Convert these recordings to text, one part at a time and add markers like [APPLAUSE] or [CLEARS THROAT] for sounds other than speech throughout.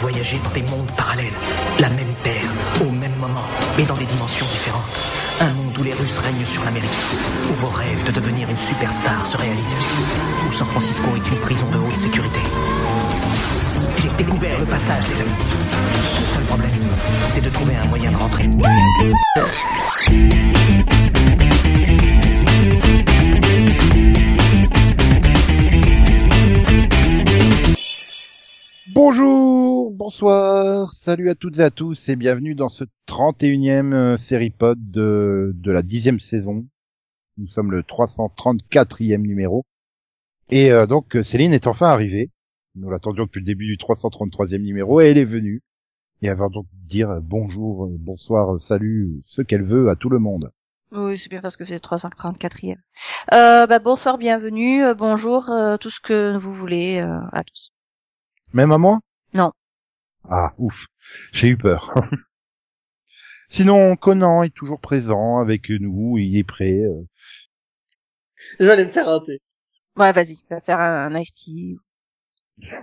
voyager dans des mondes parallèles, la même Terre, au même moment, mais dans des dimensions différentes. Un monde où les Russes règnent sur l'Amérique, où vos rêves de devenir une superstar se réalisent, où San Francisco est une prison de haute sécurité. J'ai découvert le passage, les amis. Le seul problème, c'est de trouver un moyen de rentrer. Bonjour, bonsoir, salut à toutes et à tous et bienvenue dans ce 31e euh, série pod de, de la 10e saison. Nous sommes le 334e numéro. Et euh, donc euh, Céline est enfin arrivée. Nous l'attendions depuis le début du 333e numéro et elle est venue. Et elle va donc dire euh, bonjour, euh, bonsoir, euh, salut, euh, ce qu'elle veut à tout le monde. Oui, c'est bien parce que c'est le 334e. Euh, bah, bonsoir, bienvenue, euh, bonjour, euh, tout ce que vous voulez euh, à tous. Même à moi Non. Ah, ouf. J'ai eu peur. [LAUGHS] Sinon, Conan est toujours présent avec nous, il est prêt. euh, J'allais me faire rater. Ouais, vas-y, va faire un, un iced tea.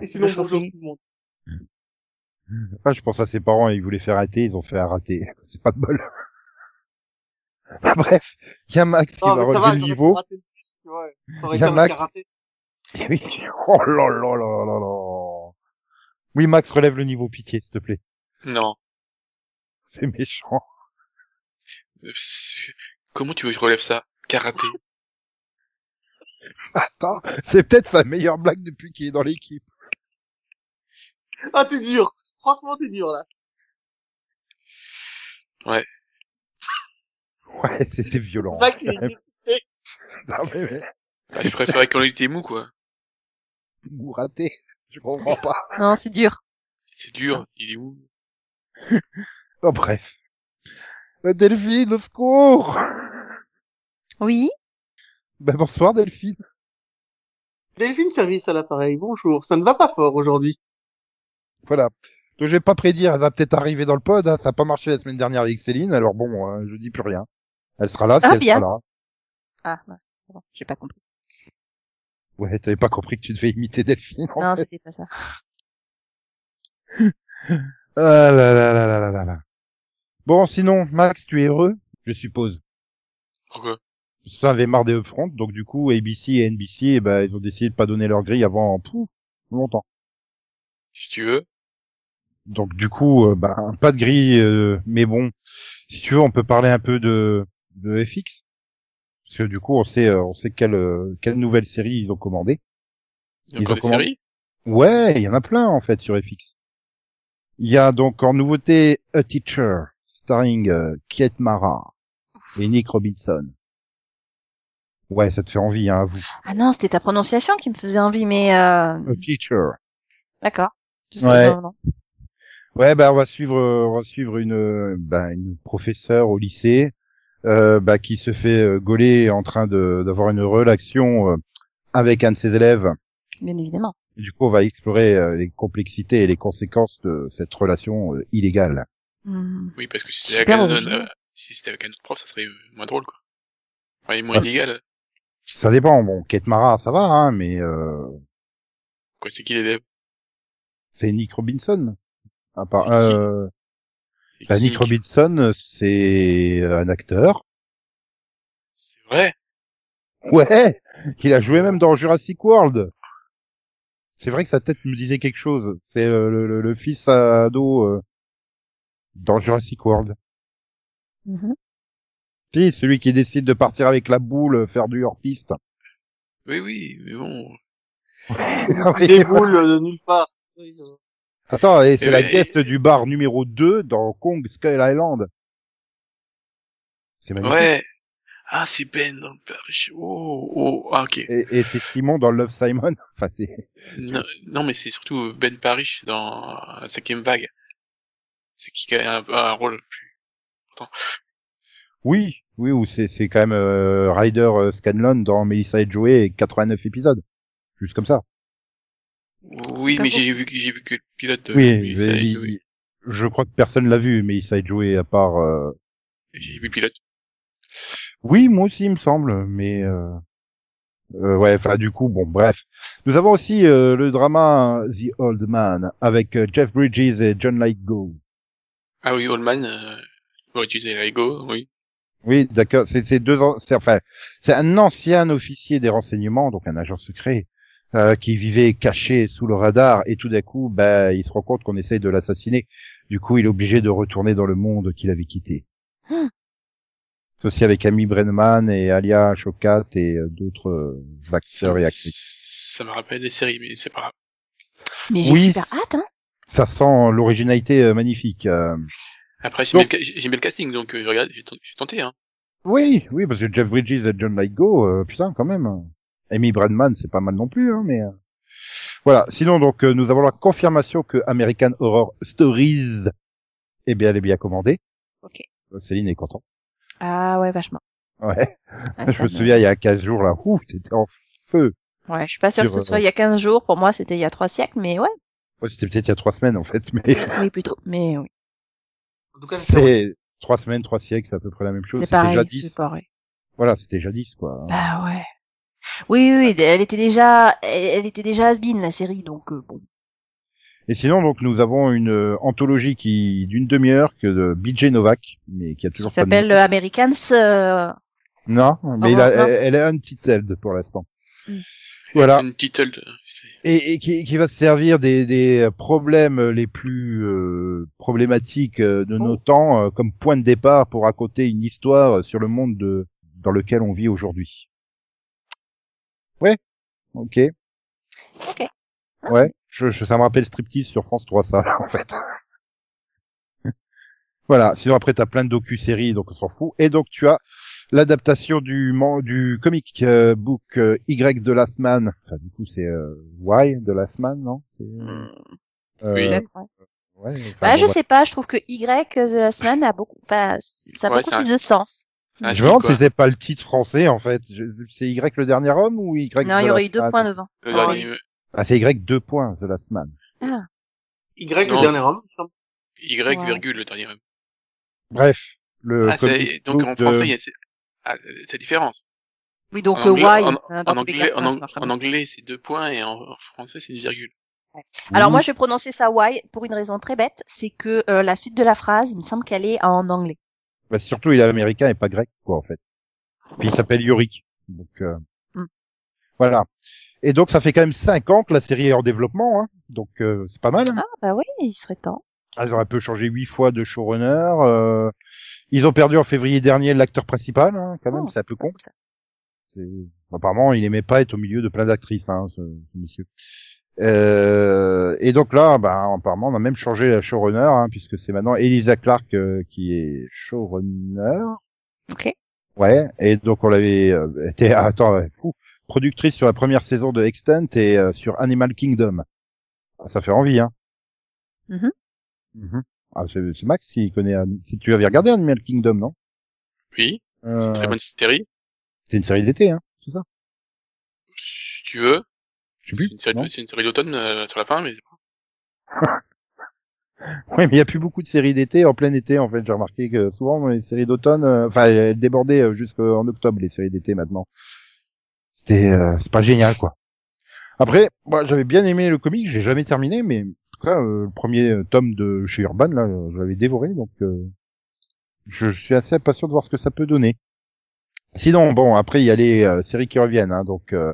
Et sinon, Bonjour, bonjour Philippe. tout le monde. Ah, je pense à ses parents, ils voulaient faire rater, [LAUGHS] ils ont fait un raté. C'est pas de bol. Ah, bref, il y a Max qui Non, va mais ça relever va, le j'aurais niveau. pu rater le plus, tu vois. T'aurais Y a quand même Max. fait rater. Et [LAUGHS] oui. Oh là là là là là. Oui, Max, relève le niveau, pitié, s'il te plaît. Non. C'est méchant. [LAUGHS] Euh, c'est- Comment tu veux que je relève ça Karaté. Attends, c'est peut-être sa meilleure blague depuis qu'il est dans l'équipe. Ah, t'es dur. Franchement, t'es dur, là. Ouais, c'est c'est violent. Max, il est dur. Non, mais, mais, Ah, je préférais qu'on ait été mou, quoi. ou raté. Je comprends pas. Non, c'est dur. C'est dur, il est mou. Oh, bref. Euh, Delphine, au secours! Oui, Ben, bonsoir, Delphine. Delphine Service à l'appareil, bonjour. Ça ne va pas [LAUGHS] fort aujourd'hui. Voilà. Donc je vais pas prédire, elle va peut-être arriver dans le pod, hein. ça a pas marché la semaine dernière avec Céline, alors bon, hein, je dis plus rien. Elle sera là si Ah, elle bien. sera là. ah, mince, pardon, j'ai pas compris. Ouais, t'avais pas compris que tu devais imiter Delphine. en Non, fait. c'était pas ça. Ah là là là là là là là. Bon, sinon, Max, tu es heureux, je suppose. Pourquoi Ça avait marre des upfront, donc du coup, ABC et NBC, eh ben, ils ont décidé de pas donner leur grille avant, pouf, longtemps. Si tu veux. Donc du coup, euh, ben, pas de grille, euh, mais bon, si tu veux, on peut parler un peu de, de FX, parce que du coup, on sait, euh, on sait quelle, euh, quelle nouvelle série ils ont commandé. Il Ils y a encore ont des comment séries Ouais, il y en a plein en fait sur FX. Il y a donc en nouveauté A Teacher, starring euh, Kate Mara et Nick Robinson. Ouais, ça te fait envie, hein, à vous. Ah non, c'était ta prononciation qui me faisait envie, mais euh, A Teacher. d'accord. Je sais Ouais. pas, non. Ouais, bah on va suivre, euh, on va suivre une, euh, bah, une professeure au lycée, euh, bah, qui se fait euh, gauler en train de d'avoir une relation euh, avec un de ses élèves. Bien évidemment. Et du coup, on va explorer euh, les complexités et les conséquences de cette relation euh, illégale. Hmm. Oui, parce que si c'était avec, Super un autre- original. euh, si c'était avec un autre prof, ça serait euh, moins drôle, quoi. Enfin, il est moins Ah, illégal. Ça dépend. Bon, Kate Mara, ça va, hein, mais euh, Quoi, c'est qui l'élève c'est Nick Robinson. À part, C'est qui euh, Et bah, qui- Nick Robinson, c'est euh, un acteur. C'est vrai Ouais, Eh, il a joué même dans Jurassic World. C'est vrai que sa tête me disait quelque chose. C'est euh, le, le- le fils ado euh, dans Jurassic World. Mhm. Si, celui qui décide de partir avec la boule, euh, faire du hors-piste. Oui, oui, mais bon. Ah oui, Des boules euh, de nulle part. Oui, euh, ça va. Attends, et c'est Eh la ben, guest du bar numéro 2 dans Kong Skull Island. C'est magnifique. Ouais. Ah, c'est Ben dans le plage. Oh, oh, ah, ok. Et, et c'est Simon dans Love Simon. [LAUGHS] Enfin, c'est... Non, non, mais c'est surtout euh, Ben Parrish dans euh, la cinquième vague. C'est qui a un, un rôle plus... Oui, oui, ou c'est, c'est quand même euh, Ryder euh, Scanlon dans Melissa et Joey, et 89 épisodes. Juste comme ça. Oui, pas mais faux. j'ai vu, que- j'ai vu que le pilote euh, de... oui, oui, ça, mais il- oui. je crois que personne l'a vu, Melissa et Joey, à part... euh, J'ai vu le pilote. Oui, moi aussi, il me semble, mais... euh, Euh, ouais, enfin du coup, bon, bref. Nous avons aussi euh, le drama The Old Man avec euh, Jeff Bridges et John Lithgow. Ah oui, Oldman, euh, va utiliser l'Aigo, oui. Oui, d'accord. C'est c'est deux, an- c'est enfin, c'est un ancien officier des renseignements, donc un agent secret, euh, qui vivait caché sous le radar et tout d'un coup, bah, il se rend compte qu'on essaye de l'assassiner. Du coup, il est obligé de retourner dans le monde qu'il avait quitté. Hmm. C'est aussi avec Amy Brenneman et Alia Chocat et euh, d'autres euh, acteurs et actrices. Ça me rappelle des séries, mais c'est pas grave. Mais j'ai Oui. super hâte, hein. Ça sent l'originalité euh, magnifique. euh. Après, j'ai Donc- mis, le ca- j'ai- j'ai mis le casting, donc euh, je regarde, j'ai tenté- j'ai tenté, hein. Oui, oui, parce que Jeff Bridges et John Lithgow, euh, putain, quand même. Amy Bradman, c'est pas mal non plus, hein, mais... euh, Voilà, sinon, donc, euh, nous avons la confirmation que American Horror Stories, eh bien, elle est bien commandée. Ok. Euh, Céline est contente. Ah ouais, vachement. Ouais, Ouais, [LAUGHS] je ça me souviens, il y a 15 jours, là, ouf, c'était en feu. Ouais, je suis pas sûre que Sur, ce euh, soit il y a 15 jours. Pour moi, c'était il y a 3 siècles, mais ouais. Ouais, c'était peut-être il y a trois semaines, en fait, mais Oui, plutôt. Mais oui. En tout cas, c'est c'est... Trois semaines, trois siècles, c'est à peu près la même chose. C'est C'était pareil. jadis. C'est pareil. Voilà, c'était jadis, quoi. Bah ouais. Oui, oui, oui, elle était déjà, elle elle était déjà has-been, la série, donc euh, bon. Et sinon, donc, nous avons une euh, anthologie qui d'une demi-heure que de BJ Novak, mais qui a Qui toujours pas de s'appelle nom. euh, Americans, euh, Non, mais Au il a- revoir. elle, elle est untitled pour l'instant. Mm. Voilà, Une title. de- c'est- et, et qui, qui va se servir des, des problèmes les plus euh, problématiques euh, de nos temps euh, comme point de départ pour raconter une histoire euh, sur le monde de, dans lequel on vit aujourd'hui. Ouais, ok. Ok. Ah. Ouais, je, je- ça me rappelle Striptease sur France 3, ça, [LAUGHS] en fait. voilà, sinon après t'as plein de docu-séries, donc on s'en fout. Et donc tu as l'adaptation du man- du comic euh, book euh, Y de Last Man. Enfin, du coup, c'est euh, Y de Last Man, non C'est, euh, Hmm. Oui. peut-être, ouais. ouais, enfin, Bah, bon, je voilà. sais pas, je trouve que Y de la semaine a beaucoup, enfin, c- ça a Ouais, beaucoup ça- plus de sens. c'est un Je film, me demande Ah, quoi. si c'est pas le titre français, en fait. Je- C'est Y le dernier homme ou Y Non, de il y aurait Last eu deux Man points devant. Le Ah, dernier- euh, Ah, c'est Y deux points, The Last Man. Y, Non. le dernier homme. il me semble. Y, Ouais. virgule, le dernier. Bref, le ah, comic c'est, donc book en de- français, il y a, c'est, ah, euh, c'est différence. Oui, donc En euh, anglais- why. en- hein, dans En tous les anglais, cas, en, ça ang- marchera en bien. anglais, c'est deux points et en en français, c'est une virgule. Alors Oui. moi, je vais prononcer ça why pour une raison très bête, c'est que euh, la suite de la phrase, il me semble qu'elle est en anglais. Bah, surtout, il est américain et pas grec, quoi, en fait. Puis il s'appelle Yorick. Donc, euh, Mm. voilà. Et donc, ça fait quand même cinq ans que la série est en développement, hein. Donc, euh, c'est pas mal. hein. Ah bah oui, il serait temps. Ils ont un peu changé huit fois de showrunner. euh, Ils ont perdu en février dernier l'acteur principal, hein, quand même. Oh, c'est un peu con. cool, ça. C'est- Apparemment, il aimait pas être au milieu de plein d'actrices, hein, ce, ce monsieur. Euh, et donc là, bah, apparemment, on a même changé la showrunner, hein, puisque c'est maintenant Elisa Clark euh, qui est showrunner. Ok. Ouais, et donc on l'avait euh, été [LAUGHS] ah, attends, ouais, fou, productrice sur la première saison de Extent et euh, sur Animal Kingdom. Ah, Ça fait envie, hein. Mhm. Mhm. Ah, c'est c'est Max qui connaît. An- si Tu avais regardé Animal Kingdom, non Oui, Euh, très bonne série. C'est une série d'été, hein, c'est ça Si tu veux, Je sais c'est plus. une série, non c'est une série d'automne euh, sur la fin, mais [LAUGHS] Ouais, mais il y a plus beaucoup de séries d'été en plein été en fait. J'ai remarqué que souvent dans les séries d'automne, euh, enfin elles débordaient euh, jusqu'en octobre les séries d'été maintenant. C'était euh, c'est pas génial quoi. Après, moi j'avais bien aimé le comic, j'ai jamais terminé, mais en tout cas, euh, le premier euh, tome de chez Urban là, euh, je l'avais dévoré donc euh, je suis assez impatient de voir ce que ça peut donner. Sinon bon après il y a les euh, séries qui reviennent hein, donc euh,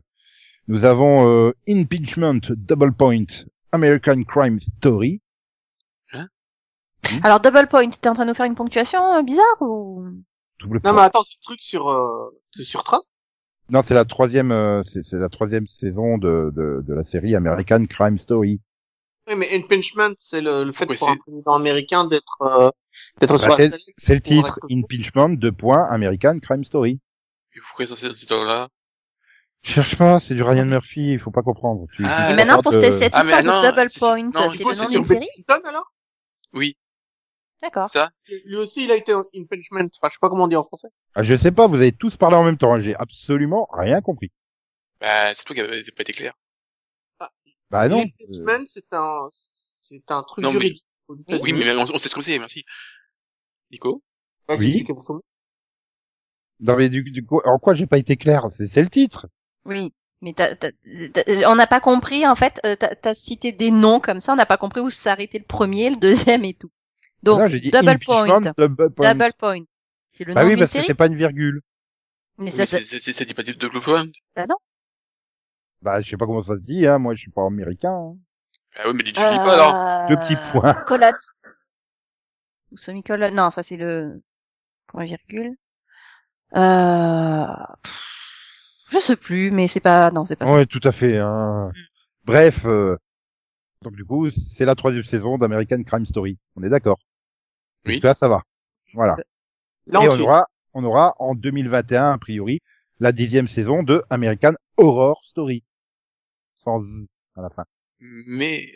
nous avons euh, Impeachment, Double Point, American Crime Story. Alors double point, t'es en train de nous faire une ponctuation euh, bizarre ou Double Non, point. mais attends, ce truc sur, euh, c'est sur train. Non, c'est la troisième, euh, c'est c'est la troisième saison de, de, de la série American Crime Story. Oui, mais impeachment, c'est le, le fait Oui, pour c'est- un président américain d'être, euh, d'être Bah, sur la c'est sellette. c'est le pour titre, raconter. Impeachment, deux points, American Crime Story. il faut présenter dans cette là Je cherche pas, c'est du Ryan Murphy, il faut pas comprendre. Tu- tu- Ah, Et maintenant pour de- cette cette Ah, mais histoire non, de double c'est- point, non, c'est Du du coup, coup, le c'est nom sur d'une série Clinton, alors? Oui, D'accord. ça, Lui aussi, il a été en impeachment. Enfin, je sais pas comment on dit en français. Ah, je sais pas, vous avez tous parlé en même temps, hein, j'ai absolument rien compris. bah, c'est toi qui avait pas été clair. Bah non. euh, L'impeachment, c'est un, c'est un truc Non, mais- juridique. Aux États-Unis. Oui, mais on, on sait ce qu'on c'est, merci. Nico? Ouais, Oui. expliquez pour tout le monde. non mais du, du coup, en quoi j'ai pas été clair C'est c'est le titre. Oui, mais t'as- t'as- t'as- on n'a pas compris en fait. euh, T'as t'as cité des noms comme ça, on n'a pas compris où s'arrêtait le premier, le deuxième et tout. Donc Non, j'ai dit double impeachment, point. Double point. Double point. C'est le Bah nom oui, d'une parce que série. c'est pas une virgule. Mais Oui, ça, ça- c'est- c'est- c'est- ça dit pas de double point. Bah, je sais pas comment ça se dit, hein. Moi, je suis pas américain. hein. Ah oui, mais tu dis Euh, pas Euh, alors. Euh, Deux petits points. Colonne. ou semi-colonne. Non, ça c'est le point virgule. Euh... pff, Je sais plus, mais c'est pas. Non, c'est pas ça. Ouais, tout à fait. Mmh. Hein. Bref, euh, donc du coup, c'est la troisième saison d'American Crime Story. On est d'accord. Oui. Jusque Là, ça va. Voilà. Euh, Là, Et on on aura, on aura en 2021 a priori la dixième saison de American Horror Story. Sans z à la fin. Mais,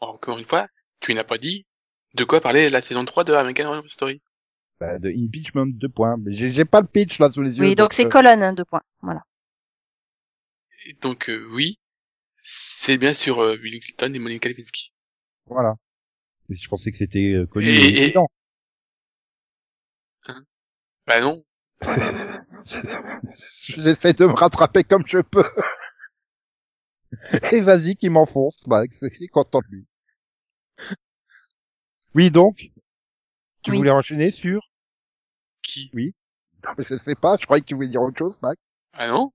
encore une fois, tu n'as pas dit de quoi parler la saison 3 de American Horror Story. Bah, de impeachment deux points. Mais J'ai j'ai pas le pitch là sous les yeux. Oui, donc c'est euh, colonne hein, deux points. Voilà. Et donc, euh, oui, c'est bien sûr euh, Bill Clinton et Monica Lewinsky. Voilà. Mais Je pensais que c'était euh, connu. Et- mais et- non. Bah non, J'essaie de me rattraper comme je peux. Et vas-y qui m'enfonce, Max. Il est content de lui. Oui, donc, tu Oui. voulais enchaîner sur qui Non, mais Je sais pas, je croyais que tu voulais dire autre chose, Max. Ah non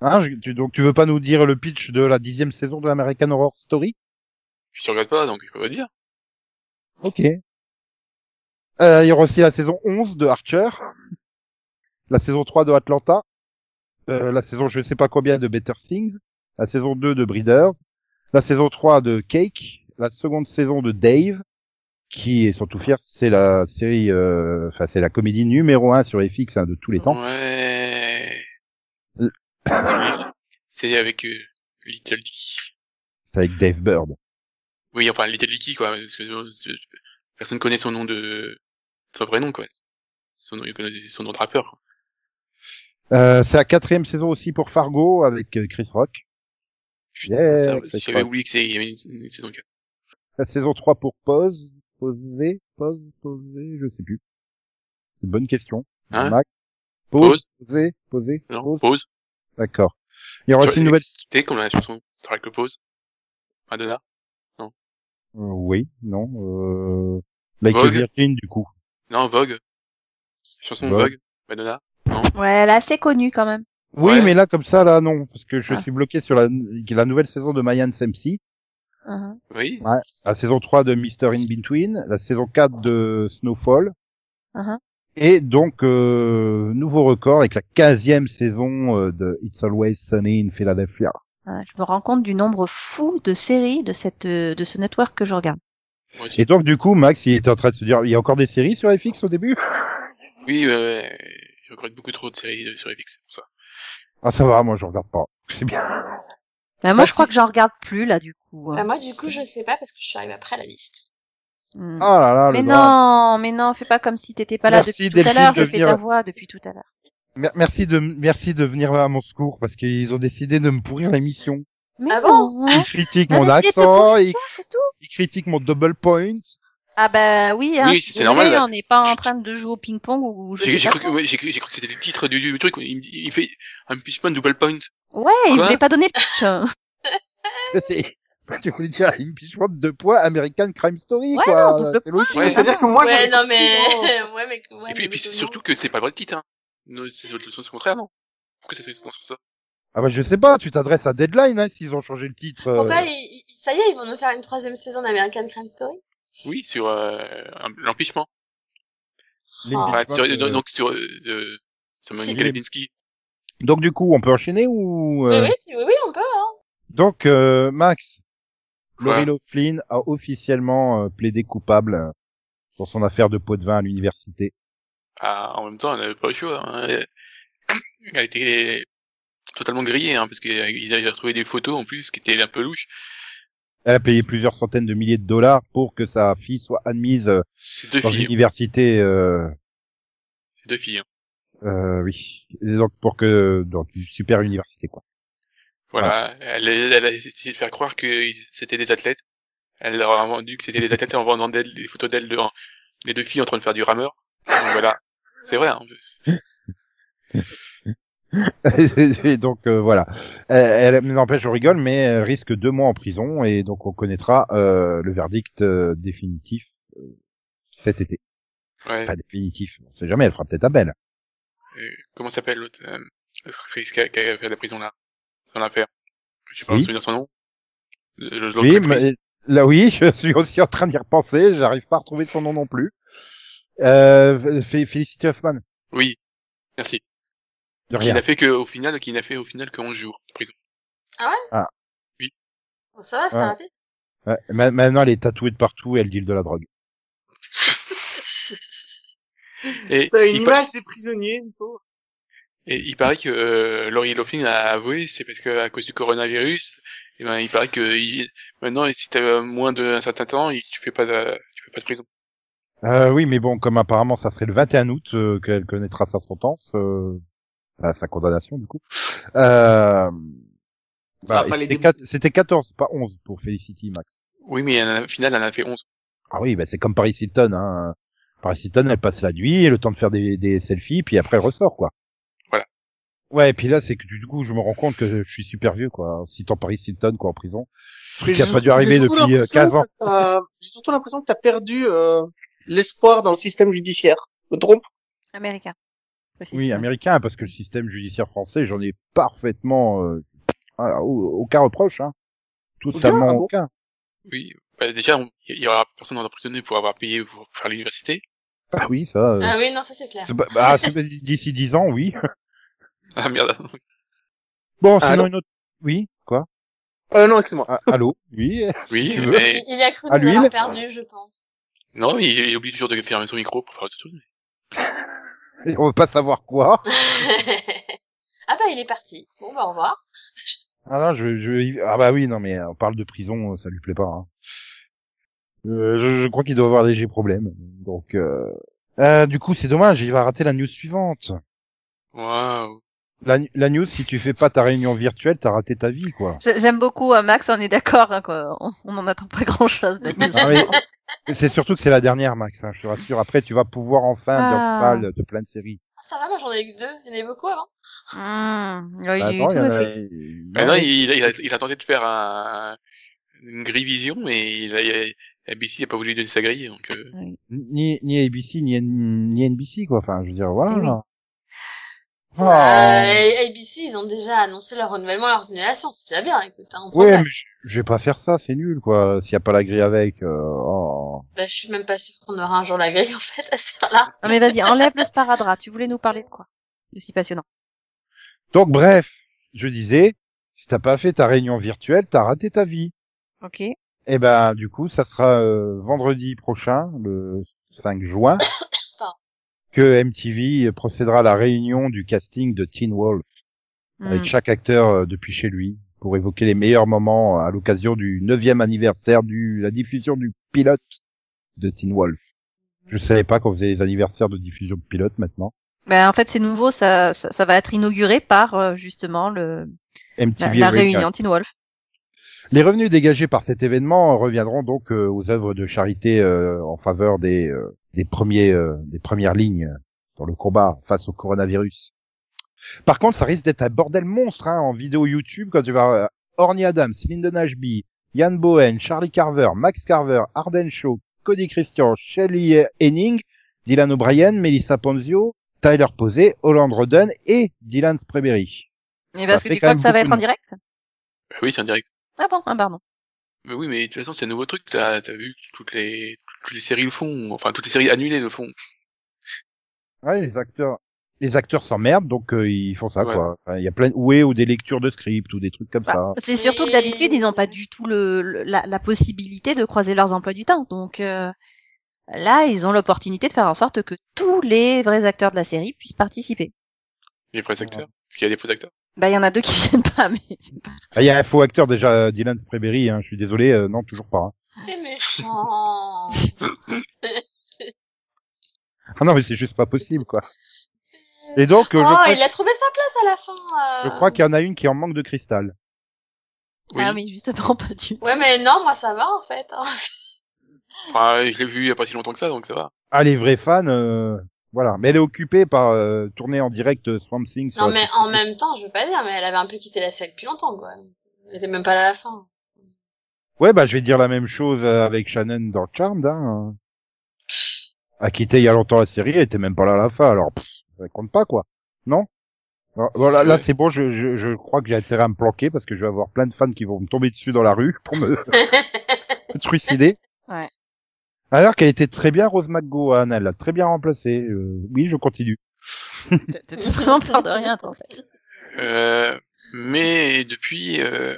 Hein, je- tu- donc tu veux pas nous dire le pitch de la dixième saison de l'American Horror Story Je te regarde pas, donc je peux pas dire. Ok. Euh, il y aura aussi la saison 11 de Archer, la saison 3 de Atlanta, euh, la saison je sais pas combien de Better Things, la saison 2 de Breeders, la saison 3 de Cake, la seconde saison de Dave, qui est surtout fier, c'est la série, euh, enfin c'est la comédie numéro 1 sur FX hein, de tous les temps. Mm. Ouais. Euh. C'est avec euh, Little Dicky. C'est avec Dave Bird. Oui, enfin Little Dicky quoi, parce que euh, c'est- personne connaît son nom de son vrai nom quoi. Son nom, il connaît son nom de rappeur. quoi. Euh, c'est la quatrième saison aussi pour Fargo avec euh, Chris Rock. Yeah, Ça, Chris si j'avais Rock. oublié que c'est il y avait une, une saison quatre. La saison 3 pour Pause, Poser, Pause, Poser, je sais plus. C'est une bonne question. Hein Mac. Pause, Poser, Poser, Non, Pause. pause. D'accord. Il y aura aussi une nouvelle... C'était comme la chanson T'aurais que pause. Madonna. Euh, oui, non. Euh... Like a Vogue. Virgin, du coup. Non, Vogue. Chanson Vogue. Vogue. Madonna. Ouais, là c'est connu quand même. Oui, Ouais. mais là, comme ça, là, non. Parce que je Ah. suis bloqué sur la, la nouvelle saison de Mayan Semsi, Mhm. Oui. la saison 3 de Mister In Between, la saison 4 de Snowfall, Mhm. Et donc, euh, nouveau record avec la 15e saison euh, de It's Always Sunny in Philadelphia. Ouais, Je me rends compte du nombre fou de séries de cette euh, de ce network que je regarde. Moi aussi. Et donc, du coup, Max, il était en train de se dire, il y a encore des séries sur FX au début Oui, euh, je regrette beaucoup trop de séries de- sur FX, c'est pour ça. Ah, ça va, moi, je regarde pas. C'est bien. Bah, moi Ah, je crois que j'en regarde plus là du coup. hein. Bah, moi, du coup, je sais pas parce que je suis arrivée après la liste. Hmm. Ah là là, le mais drame. non, mais non, fais pas comme si t'étais pas là Merci, depuis tout à Delphine, l'heure. de J'ai fait venir. ta voix depuis tout à l'heure. Mer- merci de merci de venir à mon secours parce qu'ils ont décidé de me pourrir l'émission. Mais Ah non, Ils hein. critiquent Ah, mon mais c'est accent, pour- ils, Non, c'est tout. ils critiquent mon double point. Ah bah oui, hein, Oui, je suis c'est désolée, normal, là. On n'est pas en train de jouer au ping-pong ou je J'ai sais j'ai pas cru, que- quoi. ouais, j'ai cru, j'ai cru que c'était le titre du, du truc. Il, il fait un pitchman double point. Ouais, il Quoi voulait pas donner de pitch. ouais, [LAUGHS] C'est- bah, tu voulais dire impeachment de poids American Crime Story Ouais, quoi. non, double C'est logique. Ouais, C'est-à-dire que moi, ouais, j'avais- oh, non, mais. [LAUGHS] ouais, mais. Ouais, et puis, et puis c'est surtout que c'est pas le vrai titre. Hein. Nos- C'est le sens contraire, non Pourquoi ça fait sens sur ça Ah bah je sais pas, tu t'adresses à Deadline hein, s'ils ont changé le titre. euh. bah, Pourquoi ils- ils- ça y est, ils vont nous faire une troisième saison d'American Crime Story Oui, sur euh, un- l'empêchement. Les- Ah. Ouais, sur- euh, donc, donc sur, euh, de- sur Si. Monica Lewinsky. Donc du coup, on peut enchaîner ou euh, Mm. oui, oui, tu- oui, oui, on peut, hein. donc euh, Max, Quoi Laurie Loughlin a officiellement euh, plaidé coupable euh, pour son affaire de pot de vin à l'université. Ah, en même temps, on n'avait pas le choix. Hein. Elle- Elle était totalement grillée, hein, parce qu'ils avaient retrouvé des photos en plus qui étaient un peu louches. Elle a payé plusieurs centaines de milliers de dollars pour que sa fille soit admise euh, C'est deux dans filles. l'université. Euh, C'est deux filles. hein. euh, oui, Et donc pour que dans une super université quoi. [LAUGHS] Ah. Voilà. Elle, elle a essayé de faire croire que ils- c'était des athlètes. Elle leur a vendu que c'était des athlètes en vendant d'elles- des photos d'elles, de, en- les deux filles en train de faire du rameur. Donc voilà. C'est vrai. hein. et donc euh, voilà. Elle, elle- mais n'empêche, je rigole, mais elle risque deux mois en prison et donc on connaîtra euh, le verdict euh, définitif euh, cet été. Ouais. Enfin définitif, on sait jamais, elle fera peut-être appel. Euh, comment s'appelle l'autre euh, l'autre actrice qui a, qui a fait la prison là dans l'affaire Je sais pas, Oui. me souvenir son nom. Le- l'autre Oui, actrice. mais là oui, [LAUGHS] je suis aussi en train d'y repenser, j'arrive pas à retrouver son nom non plus. Euh, Fé- Felicity Huffman, Oui. Merci. de Qui rien. n'a fait que au final, qui n'a fait au final que 11 jours de prison. Bon, ça va, c'est Ouais. rapide. Ouais, ma- maintenant elle est tatouée de partout et elle deal de la drogue. Et T'as une il, pa- image des prisonniers, Nico. et il paraît que euh, Laurie Loughlin a avoué, c'est parce que à cause du coronavirus, et ben il paraît que il- maintenant si t'as moins d'un certain temps, il- tu fais pas de, tu fais pas de prison. Euh, oui, mais bon, comme apparemment ça serait le 21 août euh, qu'elle connaîtra sa sentence, euh, enfin, sa condamnation du coup. Euh, voilà, Ah, et pas les c'était dé- quat- c'était 14, pas 11 pour Felicity Max. Oui, mais elle en a- au final, elle en a fait 11. Ah oui, bah c'est comme Paris Hilton. Hein. Paris Hilton, elle passe la nuit, le temps de faire des, des selfies, puis après elle ressort quoi. Voilà. Ouais, et puis là c'est que du coup je me rends compte que je suis super vieux quoi. Si tant Paris Hilton quoi en prison. Mais qui a j'ai- pas dû arriver j'ai surtout depuis, euh, l'impression 15 ans. que t'as- J'ai surtout l'impression que t'as perdu euh, l'espoir dans le système judiciaire. Je me trompe Américain. Précise. Oui, américain hein, parce que le système judiciaire français, j'en ai parfaitement euh, ah, au- aucun reproche. Hein. Totalement ah bon aucun. Oui. Bah, déjà, on- il y aura personne dans emprisonné pour avoir payé pour faire l'université. Ah oui, ça. euh, Ah oui, non, ça c'est clair. c'est pas- bah, c'est pas- D'ici dix ans, oui. Ah merde. Bon, Ah, sinon non. une autre. Oui, quoi Euh, non, excuse-moi. Ah, Allô [LAUGHS] Oui. Oui. [LAUGHS] Tu veux mais- Il, il a cru À nous avoir l'huile perdu, je [LAUGHS] pense. Non, mais il, il oublie toujours de fermer son micro pour faire du truc. On veut pas savoir quoi. ah bah, il est parti. Bon, bah, au revoir. Ah non, je, je. Ah bah oui, non mais on parle de prison, ça lui plaît pas. Hein. Euh, je, je crois qu'il doit avoir des problèmes. Donc. Euh... euh, du coup, c'est dommage, il va rater la news suivante. Waouh. La, la news, si tu fais pas ta réunion virtuelle, t'as raté ta vie, quoi. J'ai- J'aime beaucoup euh, Max, on est d'accord, hein, quoi. On on n'en attend pas grand chose Ah oui. Mais C'est surtout que c'est la dernière, Max. hein, je te rassure. Après, tu vas pouvoir enfin Ah. dire parle de plein de séries. Ah, Ça va, moi, j'en ai eu que deux. Il y en avait beaucoup avant. Mmh, Bah, il y a eu attends, il y en tout, a- en fait. Mais Ah non, Non, il, il, a, il a tenté de faire un, une grille vision, mais il a, il a, ABC n'a pas voulu donner sa grille, donc euh, Ni, ni ABC, ni, N- ni NBC, quoi. Enfin, je veux dire, voilà. Eh oui. Euh, Oh. Bah, et- ABC, ils ont déjà annoncé leur renouvellement, leur annulation. C'est déjà bien, écoute. Hein, on ouais, progresse. mais je- je vais pas faire ça, c'est nul, quoi. S'il y a pas la grille avec. euh, oh. Bah, je suis même pas sûre qu'on aura un jour la grille, en fait, à ce [LAUGHS] heure-là. Non mais vas-y, enlève le sparadrap. Tu voulais nous parler de quoi De si passionnant. Donc, bref, je disais, si t'as pas fait ta réunion virtuelle, t'as raté ta vie. Ok. Et ben, du coup, ça sera euh, vendredi prochain, le 5 juin, Pardon. que MTV procédera à la réunion du casting de Teen Wolf avec Hmm. chaque acteur euh, depuis chez lui pour évoquer les meilleurs moments euh, à l'occasion du 9e anniversaire du la diffusion du pilote de Teen Wolf. Mm. Je savais pas qu'on faisait les anniversaires de diffusion de pilote maintenant. Ben, en fait, c'est nouveau. Ça, ça, ça va être inauguré par euh, justement le la, MTV la Reunion. réunion Teen Wolf. Les revenus dégagés par cet événement reviendront donc euh, aux œuvres de charité euh, en faveur des, euh, des, premiers, euh, des premières lignes dans le combat face au coronavirus. Par contre, ça risque d'être un bordel monstre hein, en vidéo YouTube quand tu vas euh, Orny Adams, Lyndon Ashby, Ian Bowen, Charlie Carver, Max Carver, Arden Shaw, Cody Christian, Shelley Henning, Dylan O'Brien, Melissa Ponzio, Tyler Posey, Holland Roden et Dylan Spreberry. Mais parce Ça que fait tu quand crois même que ça va beaucoup être en de- direct bah oui, c'est en direct. Ah bon Ah pardon. Mais oui, mais de toute façon, c'est un nouveau truc. T'as as vu que toutes les toutes les séries le font, enfin toutes les séries annulées le font. Ouais, les acteurs, les acteurs s'emmerdent, donc euh, ils font ça Ouais. quoi. Enfin, Il y a plein, ouais, ou des lectures de script ou des trucs comme Bah, ça. C'est surtout que d'habitude, ils n'ont pas du tout le, le- la, la possibilité de croiser leurs emplois du temps. Donc euh, là, ils ont l'opportunité de faire en sorte que tous les vrais acteurs de la série puissent participer. Les vrais acteurs, parce qu'il y a des faux acteurs. Bah, il y en a deux qui [LAUGHS] viennent pas, mais c'est pas. Ah, Il y a un faux acteur déjà, euh, Dylan Spreberry. Hein, je suis désolé, euh, non toujours pas. hein. [LAUGHS] C'est méchant. Ah non, mais c'est juste pas possible quoi. Et donc, euh, je oh, crois, il a trouvé sa place à la fin. je euh. crois qu'il y en a une qui est en manque de cristal. Oui. Ah mais justement pas du tout. Ouais, mais non, moi, ça va, en [LAUGHS] fait. hein. Enfin, je l'ai vu il y a pas si longtemps que ça, donc ça va. Ah, les vrais fans, euh, Voilà, mais elle est occupée par euh, tourner en direct euh, Swamp Thing. sur Non, la mais petite- en même temps, je veux pas dire, mais elle avait un peu quitté la série depuis longtemps, quoi. Elle était même pas là à la fin. Ouais, bah je vais dire la même chose euh, avec Shannon dans Charmed. Hein. A quitté il y a longtemps la série, elle était même pas là à la fin, alors pff, ça compte pas quoi. Non Alors, Voilà, là c'est bon, je, je, je crois que j'ai intérêt à me planquer parce que je vais avoir plein de fans qui vont me tomber dessus dans la rue [LAUGHS] pour me trucider. Ouais. Alors qu'elle était très bien Rose McGowan, elle l'a très bien remplacée. Euh, oui, je continue. T'as- T'as vraiment peur de rien, toi, en fait. Euh, mais depuis, euh,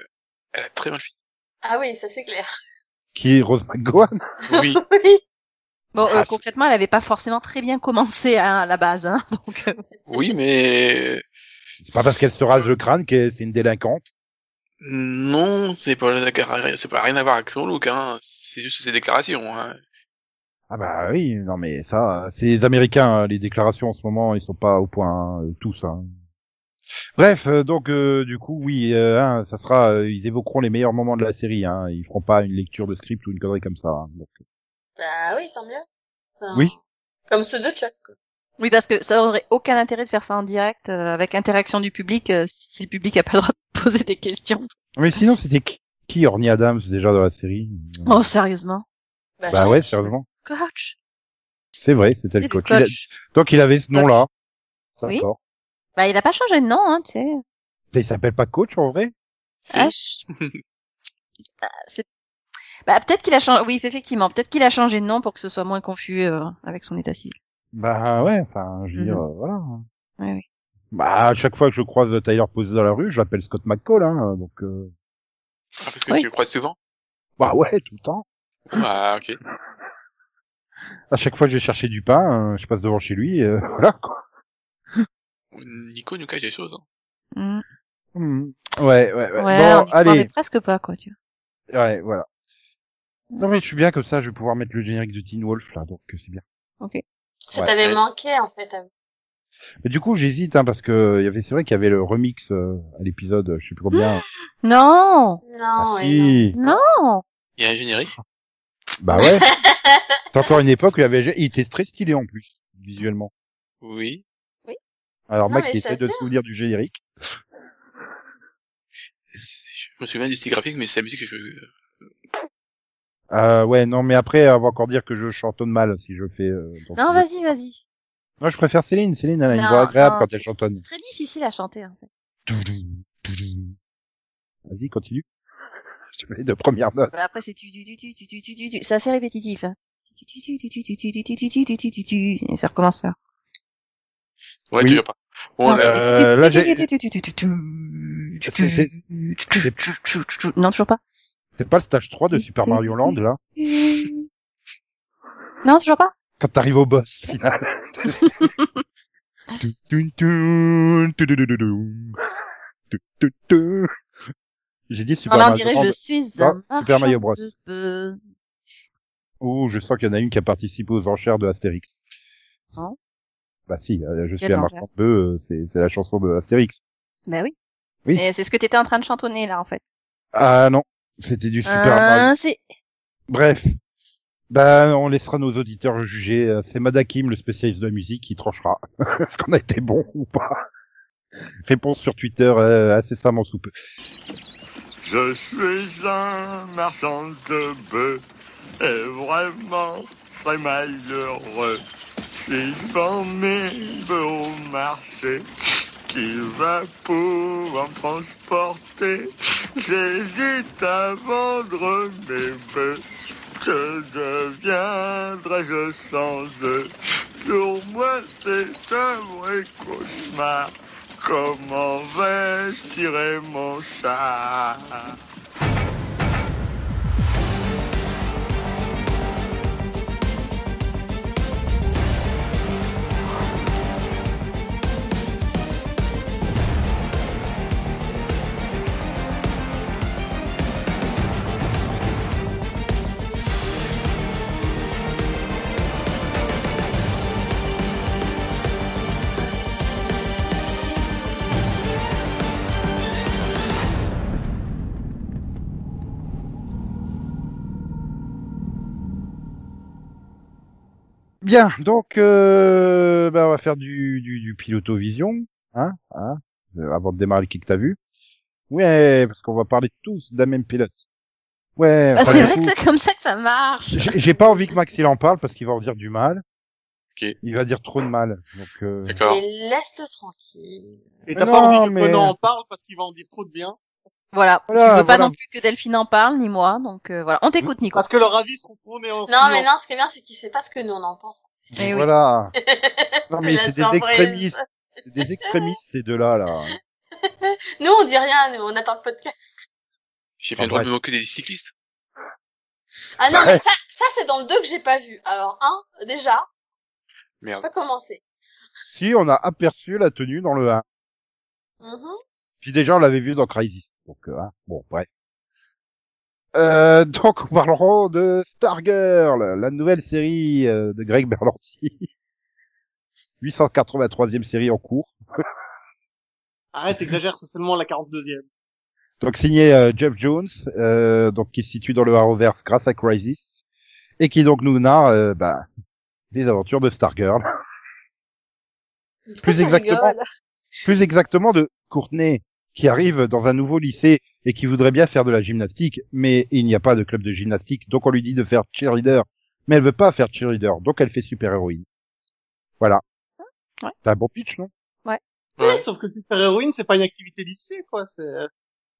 elle a très mal fini. ah oui, ça c'est clair. Qui est Rose McGowan Oui, [LAUGHS] oui. Bon, Ah, euh, c'est- concrètement, elle avait pas forcément très bien commencé hein, à la base, hein, donc. euh, oui, mais C'est pas parce qu'elle se rase le crâne que c'est une délinquante. non, c'est pas c'est pas rien à voir avec son look, hein. C'est juste ses déclarations. Hein. Ah bah oui, non mais ça, c'est les Américains, hein, les déclarations en ce moment, ils sont pas au point hein, tous. Hein. Bref, euh, donc euh, du coup, oui, euh, hein, ça sera, euh, ils évoqueront les meilleurs moments de la série. Hein, ils feront pas une lecture de script ou une connerie comme ça. hein. Donc, Bah oui, tant mieux. Enfin, Oui. Comme ceux de Chuck, quoi. [LAUGHS] Oui, parce que ça aurait aucun intérêt de faire ça en direct euh, avec l'interaction du public euh, si le public a pas le droit de poser des questions. Mais [LAUGHS] sinon, c'était qui- qui Orny Adams déjà dans la série Oh, sérieusement. Bah Chuck. ouais, sérieusement, Coach. c'est vrai, c'était C'est le du coach. Il a- Donc il avait ce nom-là. Oui. D'accord. Bah, il a pas changé de nom, hein, tu sais. Mais il s'appelle pas coach en vrai Si. Ah, je- [LAUGHS] Ah, c'est- bah, peut-être qu'il a changé. Oui, effectivement, peut-être qu'il a changé de nom pour que ce soit moins confus euh, avec son état civil. Bah ouais, enfin, je veux dire, euh, voilà. Oui, oui. Bah à chaque fois que je croise Tyler posé dans la rue, je l'appelle Scott McCall, hein, donc. euh, Ah, parce que Oui. tu le croises souvent. Bah ouais, tout le temps. Ah, ok. À chaque fois que je vais chercher du pain, euh, je passe devant chez lui, euh, [LAUGHS] voilà quoi. Nico nous cache des choses. hein. Mm. Hmm. Ouais, ouais, ouais. Ouais, bon, on y croirait allez. presque pas, quoi, tu vois. Ouais, voilà. Non mais je suis bien comme ça, je vais pouvoir mettre le générique de Teen Wolf là, donc euh, c'est bien. Ça Ouais, t'avait ouais. manqué, en fait. à- Mais du coup, j'hésite hein, parce que euh, il y avait, c'est vrai qu'il y avait le remix euh, à l'épisode, euh, je sais plus combien. Non, Non, Ah, ouais, oh, non. si. non. Il y a un générique. Bah ouais. c'est encore une époque où il y avait, il était très stylé en plus visuellement. Oui. Alors Non, Mac mais qui je essaie de se t'assure. souvenir du générique. C'est- Je me souviens du style graphique, mais c'est la musique que je. Euh, ouais, non mais après, on va encore dire que je chantonne mal si je fais. euh, dans Non, ce- vas-y, vas-y. Moi, je préfère Céline. Céline, elle a une Non, voix agréable non, quand elle chantonne. C'est très difficile à chanter. hein. En fait. Vas-y, continue. [LAUGHS] Je mets deux premières notes. Bah, Après, c'est tu tu tu tu tu tu tu tu tu. C'est assez répétitif. Hein. Tu, tu, tu, tu, tu, tu, tu, tu, tu, tu, tu, tu, tu, tu. Et ça recommence. ça. Ouais, Oui. toujours pas. Bon, Non, là, euh, là, j'ai- Tu, tu, tu, tu, tu, tu, tu, tu, C'est- c'est- tu, tu, tu, tu, tu, tu, tu. Non, toujours pas. C'est pas le stage 3 de Super Mario Land, là Non, toujours pas. Quand t'arrives au boss, [LAUGHS] final. [LAUGHS] Toun, toun, toudoudoudoudoum. Toun, toun, toun. J'ai dit Super on en Mario dirait Land. je suis Non, un Super marchand Mario Bros. de bœufs. Oh, je sens qu'il y en a une qui a participé aux enchères de Astérix. Non. Bah si, euh, je suis Hein Quelles un enchères marchand de bœufs, euh, c'est c'est la chanson de Astérix. Bah oui. Oui. Et c'est ce que t'étais en train de chantonner là en fait. Ah non, c'était du Super Mario. Hein, c'est Bref. Ben, on laissera nos auditeurs juger. euh, C'est Madakim, le spécialiste de la musique, qui tranchera. [LAUGHS] Est-ce qu'on a été bon ou pas Réponse sur Twitter, euh, incessamment sous peu. Je suis un marchand de bœufs et vraiment très malheureux. Si je vends mes bœufs au marché, qui va pour en transporter J'hésite à vendre mes bœufs. Que deviendrai-je sans eux Pour moi, c'est un vrai cauchemar. Comment vais-je tirer mon chat Bien, donc euh, bah, on va faire du, du, du piloto vision, hein, hein, euh, avant de démarrer le kick t'as vu. Ouais, parce qu'on va parler tous d'un même pilote. Ouais. Bah, enfin, [LAUGHS] c'est du vrai coup, que c'est comme ça que ça marche. j'ai j'ai pas envie que Max il en parle parce qu'il va en dire du mal. Ok. Il va dire trop de mal. Donc euh, D'accord. Mais laisse-le tranquille. Mais Et t'as non, pas envie que mais- Conan en parle parce qu'il va en dire trop de bien. Voilà. Je Voilà, veux pas voilà. non plus que Delphine en parle, ni moi. Donc euh, voilà, on t'écoute, Nico. Parce que leurs avis seront tournés en Non, silence. mais non, ce qui est bien, c'est qu'il fait pas ce que nous on en pense. Eh oui. [LAUGHS] voilà. Non mais La c'est des surprise. extrémistes, C'est des extrémistes ces deux-là là. Nous, on dit rien, nous, on attend le podcast. J'ai bien Ah, le droit de bref. me moquer des cyclistes. Ah non, Ouais. mais ça, ça c'est dans le 2 que j'ai pas vu. Alors, un, déjà, on Merde. peut commencer. Si on a aperçu la tenue dans le 1. Mhm. Puis déjà, on l'avait vu dans Crisis. Donc, euh, hein, bon, bref. Euh, [LAUGHS] donc, on parlera de Stargirl, la nouvelle série euh, de Greg Berlanti. [LAUGHS] 883e série en cours. Arrête, exagère, c'est seulement la 42e. Donc, signé euh, Jeff Jones, euh, donc qui se situe dans le Arrowverse grâce à Crisis, et qui donc nous narre euh, bah, des aventures de Stargirl. Pourquoi tu exactement. rigoles Plus exactement de Courtenay, qui arrive dans un nouveau lycée et qui voudrait bien faire de la gymnastique, mais il n'y a pas de club de gymnastique, donc on lui dit de faire cheerleader. Mais elle veut pas faire cheerleader, donc elle fait super-héroïne. Voilà. Ouais. C'est un bon pitch, non Ouais. Ouais, sauf que super-héroïne, c'est pas une activité lycée, quoi. C'est...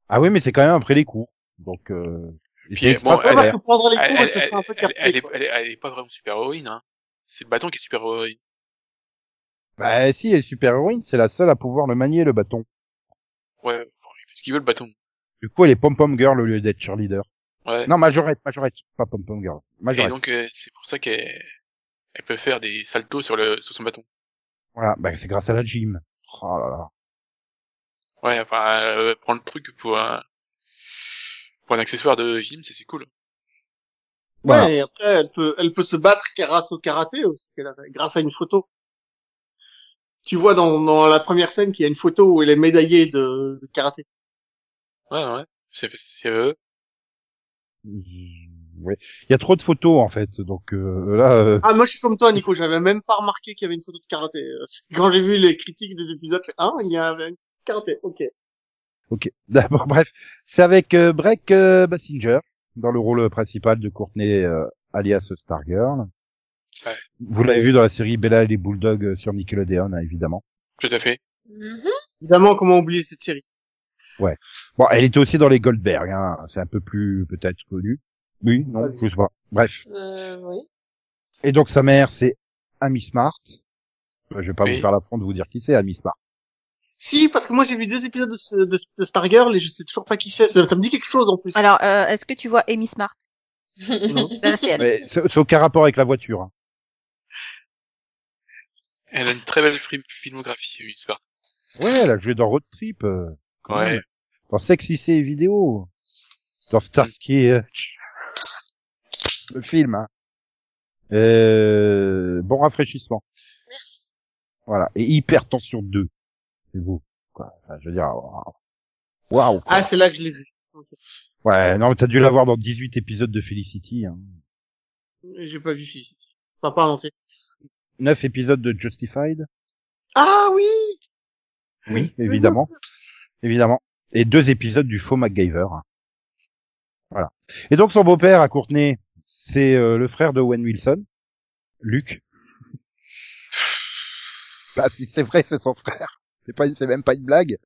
Ah oui, mais c'est quand même après les cours. Donc, euh, et Puis, c'est bon, eh Ouais, elle parce extrascolaire. que prendre les Elle, cours, elle, elle- se fait un peu elle- capter. elle est, quoi. elle est- elle est pas vraiment super héroïne. Hein. C'est le bâton qui est super héroïne. ben, Bah si, elle est super-héroïne, c'est la seule à pouvoir le manier, le bâton. Ouais, bon, il fait ce qu'il veut le bâton. Du coup, elle est pom-pom girl au lieu d'être cheerleader. Ouais. Non, majorette, majorette, pas pom-pom girl. Et Majorette. donc euh, c'est pour ça qu'elle elle peut faire des saltos sur le sur son bâton. Voilà, bah c'est grâce à la gym. Oh là là. Ouais, enfin euh, prendre le truc pour un pour un accessoire de gym, c'est c'est cool. Voilà. Ouais, et après, elle peut, elle peut se battre grâce au karaté aussi, qu'elle a fait, grâce à une photo. Tu vois dans, dans la première scène qu'il y a une photo où elle est médaillée de, de karaté. Ouais, ouais. C'est c'est euh, Ouais. Il y a trop de photos en fait, donc euh, là. euh, Ah, moi je suis comme toi, Nico, j'avais même pas remarqué qu'il y avait une photo de karaté. [LAUGHS] Euh, c'est- Quand j'ai vu les critiques des épisodes, j'ai fait, ah, il y avait un karaté, ok. Ok. [LAUGHS] D'abord, bref, c'est avec euh, Breck euh, Basinger dans le rôle principal de Courtney euh, alias Stargirl. Ouais. Vous l'avez vu dans la série Bella et les Bulldogs euh, sur Nickelodeon, hein, évidemment. tout à fait. Mhm. Évidemment, comment oublier cette série? Bon, elle était aussi dans les Goldberg, hein, c'est un peu plus peut-être connu. Oui, non, Vas-y. je sais pas. Bref. Euh, oui. Et donc sa mère, c'est Amy Smart. Euh, Je vais pas Oui. vous faire l'affront de vous dire qui c'est, Amy Smart. Si, parce que moi j'ai vu deux épisodes de, ce- de, de Stargirl et je sais toujours pas qui c'est. Ça, ça me dit quelque chose en plus. Alors, euh, est-ce que tu vois Amy Smart Non. [LAUGHS] Ça, c'est elle. Mais c'est c'est aucun rapport avec la voiture. hein. Elle a une très belle film- filmographie, une Smart. Ouais, elle a joué dans Road Trip. euh, quand Ouais. même. dans Sexy C vidéo, dans Starsky et Hutch. le film. Hein. Euh, bon rafraîchissement. Merci. Voilà. Et Hypertension 2. C'est beau. Quoi. Enfin, je veux dire, waouh. Waouh, quoi. Ah, c'est là que je l'ai vu. Ouais, non, mais t'as dû l'avoir dans 18 épisodes de Felicity, hein. J'ai pas vu Felicity. Enfin, pas en entier. 9 épisodes de Justified, Ah oui! oui, [LAUGHS] évidemment, évidemment, et deux épisodes du faux MacGyver. hein. Voilà. Et donc son beau-père à Courtenay, c'est euh, le frère de Owen Wilson, Luc. Bah si c'est vrai, c'est son frère. C'est pas, une- c'est même pas une blague.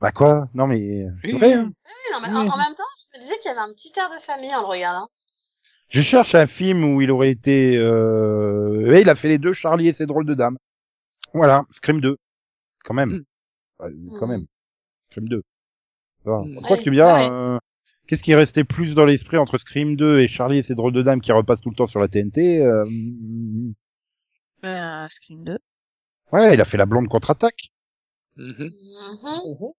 Bah quoi Non mais euh, c'est Oui. vrai, hein. Oui, non, mais en, en même temps, je me disais qu'il y avait un petit air de famille en le regardant. Je cherche un film où il aurait été. Euh... eh, il a fait les deux Charlie et ses drôles de dames. Voilà, Scream 2, quand même, Mm. Ouais, quand même, Scream 2. Voilà. Mm. Je crois Hmm. Ouais, que tu me diras, ouais. euh, qu'est-ce qui restait plus dans l'esprit entre Scream 2 et Charlie et ses drôles de dames qui repassent tout le temps sur la TNT euh, mm, Euh, Scream 2. Ouais, il a fait la blonde contre-attaque. Mm-hmm. Mhm. Mhm.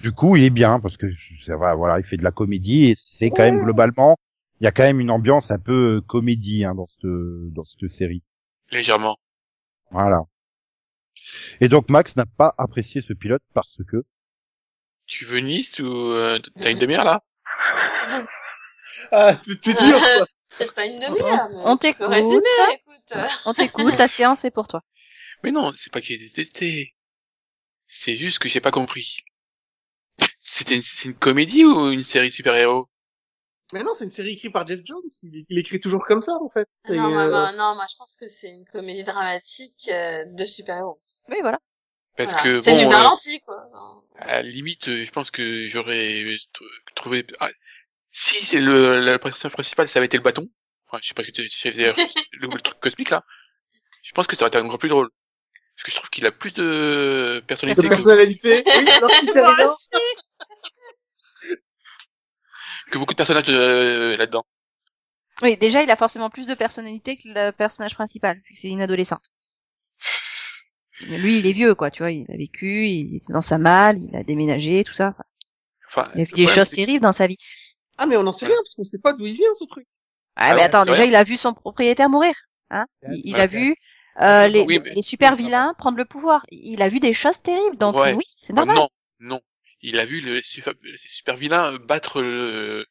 Du coup, il est bien parce que ça va, voilà, il fait de la comédie et c'est quand même globalement, il y a quand même une ambiance un peu euh, comédie hein, dans cette dans cette série. Légèrement. Voilà. Et donc Max n'a pas apprécié ce pilote parce que Tu veux une liste ou euh, t'as une demi-heure là Ah, t'es t'es dur, quoi. [LAUGHS] Peut-être pas une demi-heure, mais On tu peux t'écoute. résumer, écoute. euh, On t'écoute, la séance est pour toi. Mais non, c'est pas qu'il est détesté. C'est juste que j'ai pas compris. C'était une, c'est une comédie ou une série de super-héros Mais non, c'est une série écrite par Jeff Jones. Il, il écrit toujours comme ça, en fait. Et, [LAUGHS] non, moi, euh, moi, non, moi, je pense que c'est une comédie dramatique euh, de super-héros. Oui, voilà. Parce Voilà. que c'est bon, du euh, Berlanti, quoi. Non. à la limite, euh, je pense que j'aurais euh, tr- trouvé. Ah, si c'est le la personnage principal, ça avait été le bâton. Enfin, je sais pas ce que tu- tu sais, [LAUGHS] d'ailleurs, le, le truc cosmique là. Je pense que ça aurait été encore plus drôle. Parce que je trouve qu'il a plus de personnalité. de que- personnalité. Oui, [LAUGHS] lorsqu'il fait Moi rien. aussi. que beaucoup de personnages euh, là-dedans. Oui, déjà, il a forcément plus de personnalité que le personnage principal, vu que c'est une adolescente. Mais lui, il est vieux, quoi, tu vois, il a vécu, il était dans sa malle, il a déménagé, tout ça. Enfin, Il a vu le des problème, choses c'est- terribles dans sa vie. Ah, mais on n'en sait rien, parce qu'on sait pas d'où il vient, ce truc. Ah, Ah mais ouais, attends, c'est déjà, vrai. il a vu son propriétaire mourir. Hein il, il a Ouais. vu euh, les, Oui, mais- les super vilains prendre le pouvoir. Il a vu des choses terribles, donc Ouais. oui, c'est Ah, normal. non, non. Il a vu le super, ces super vilain battre le,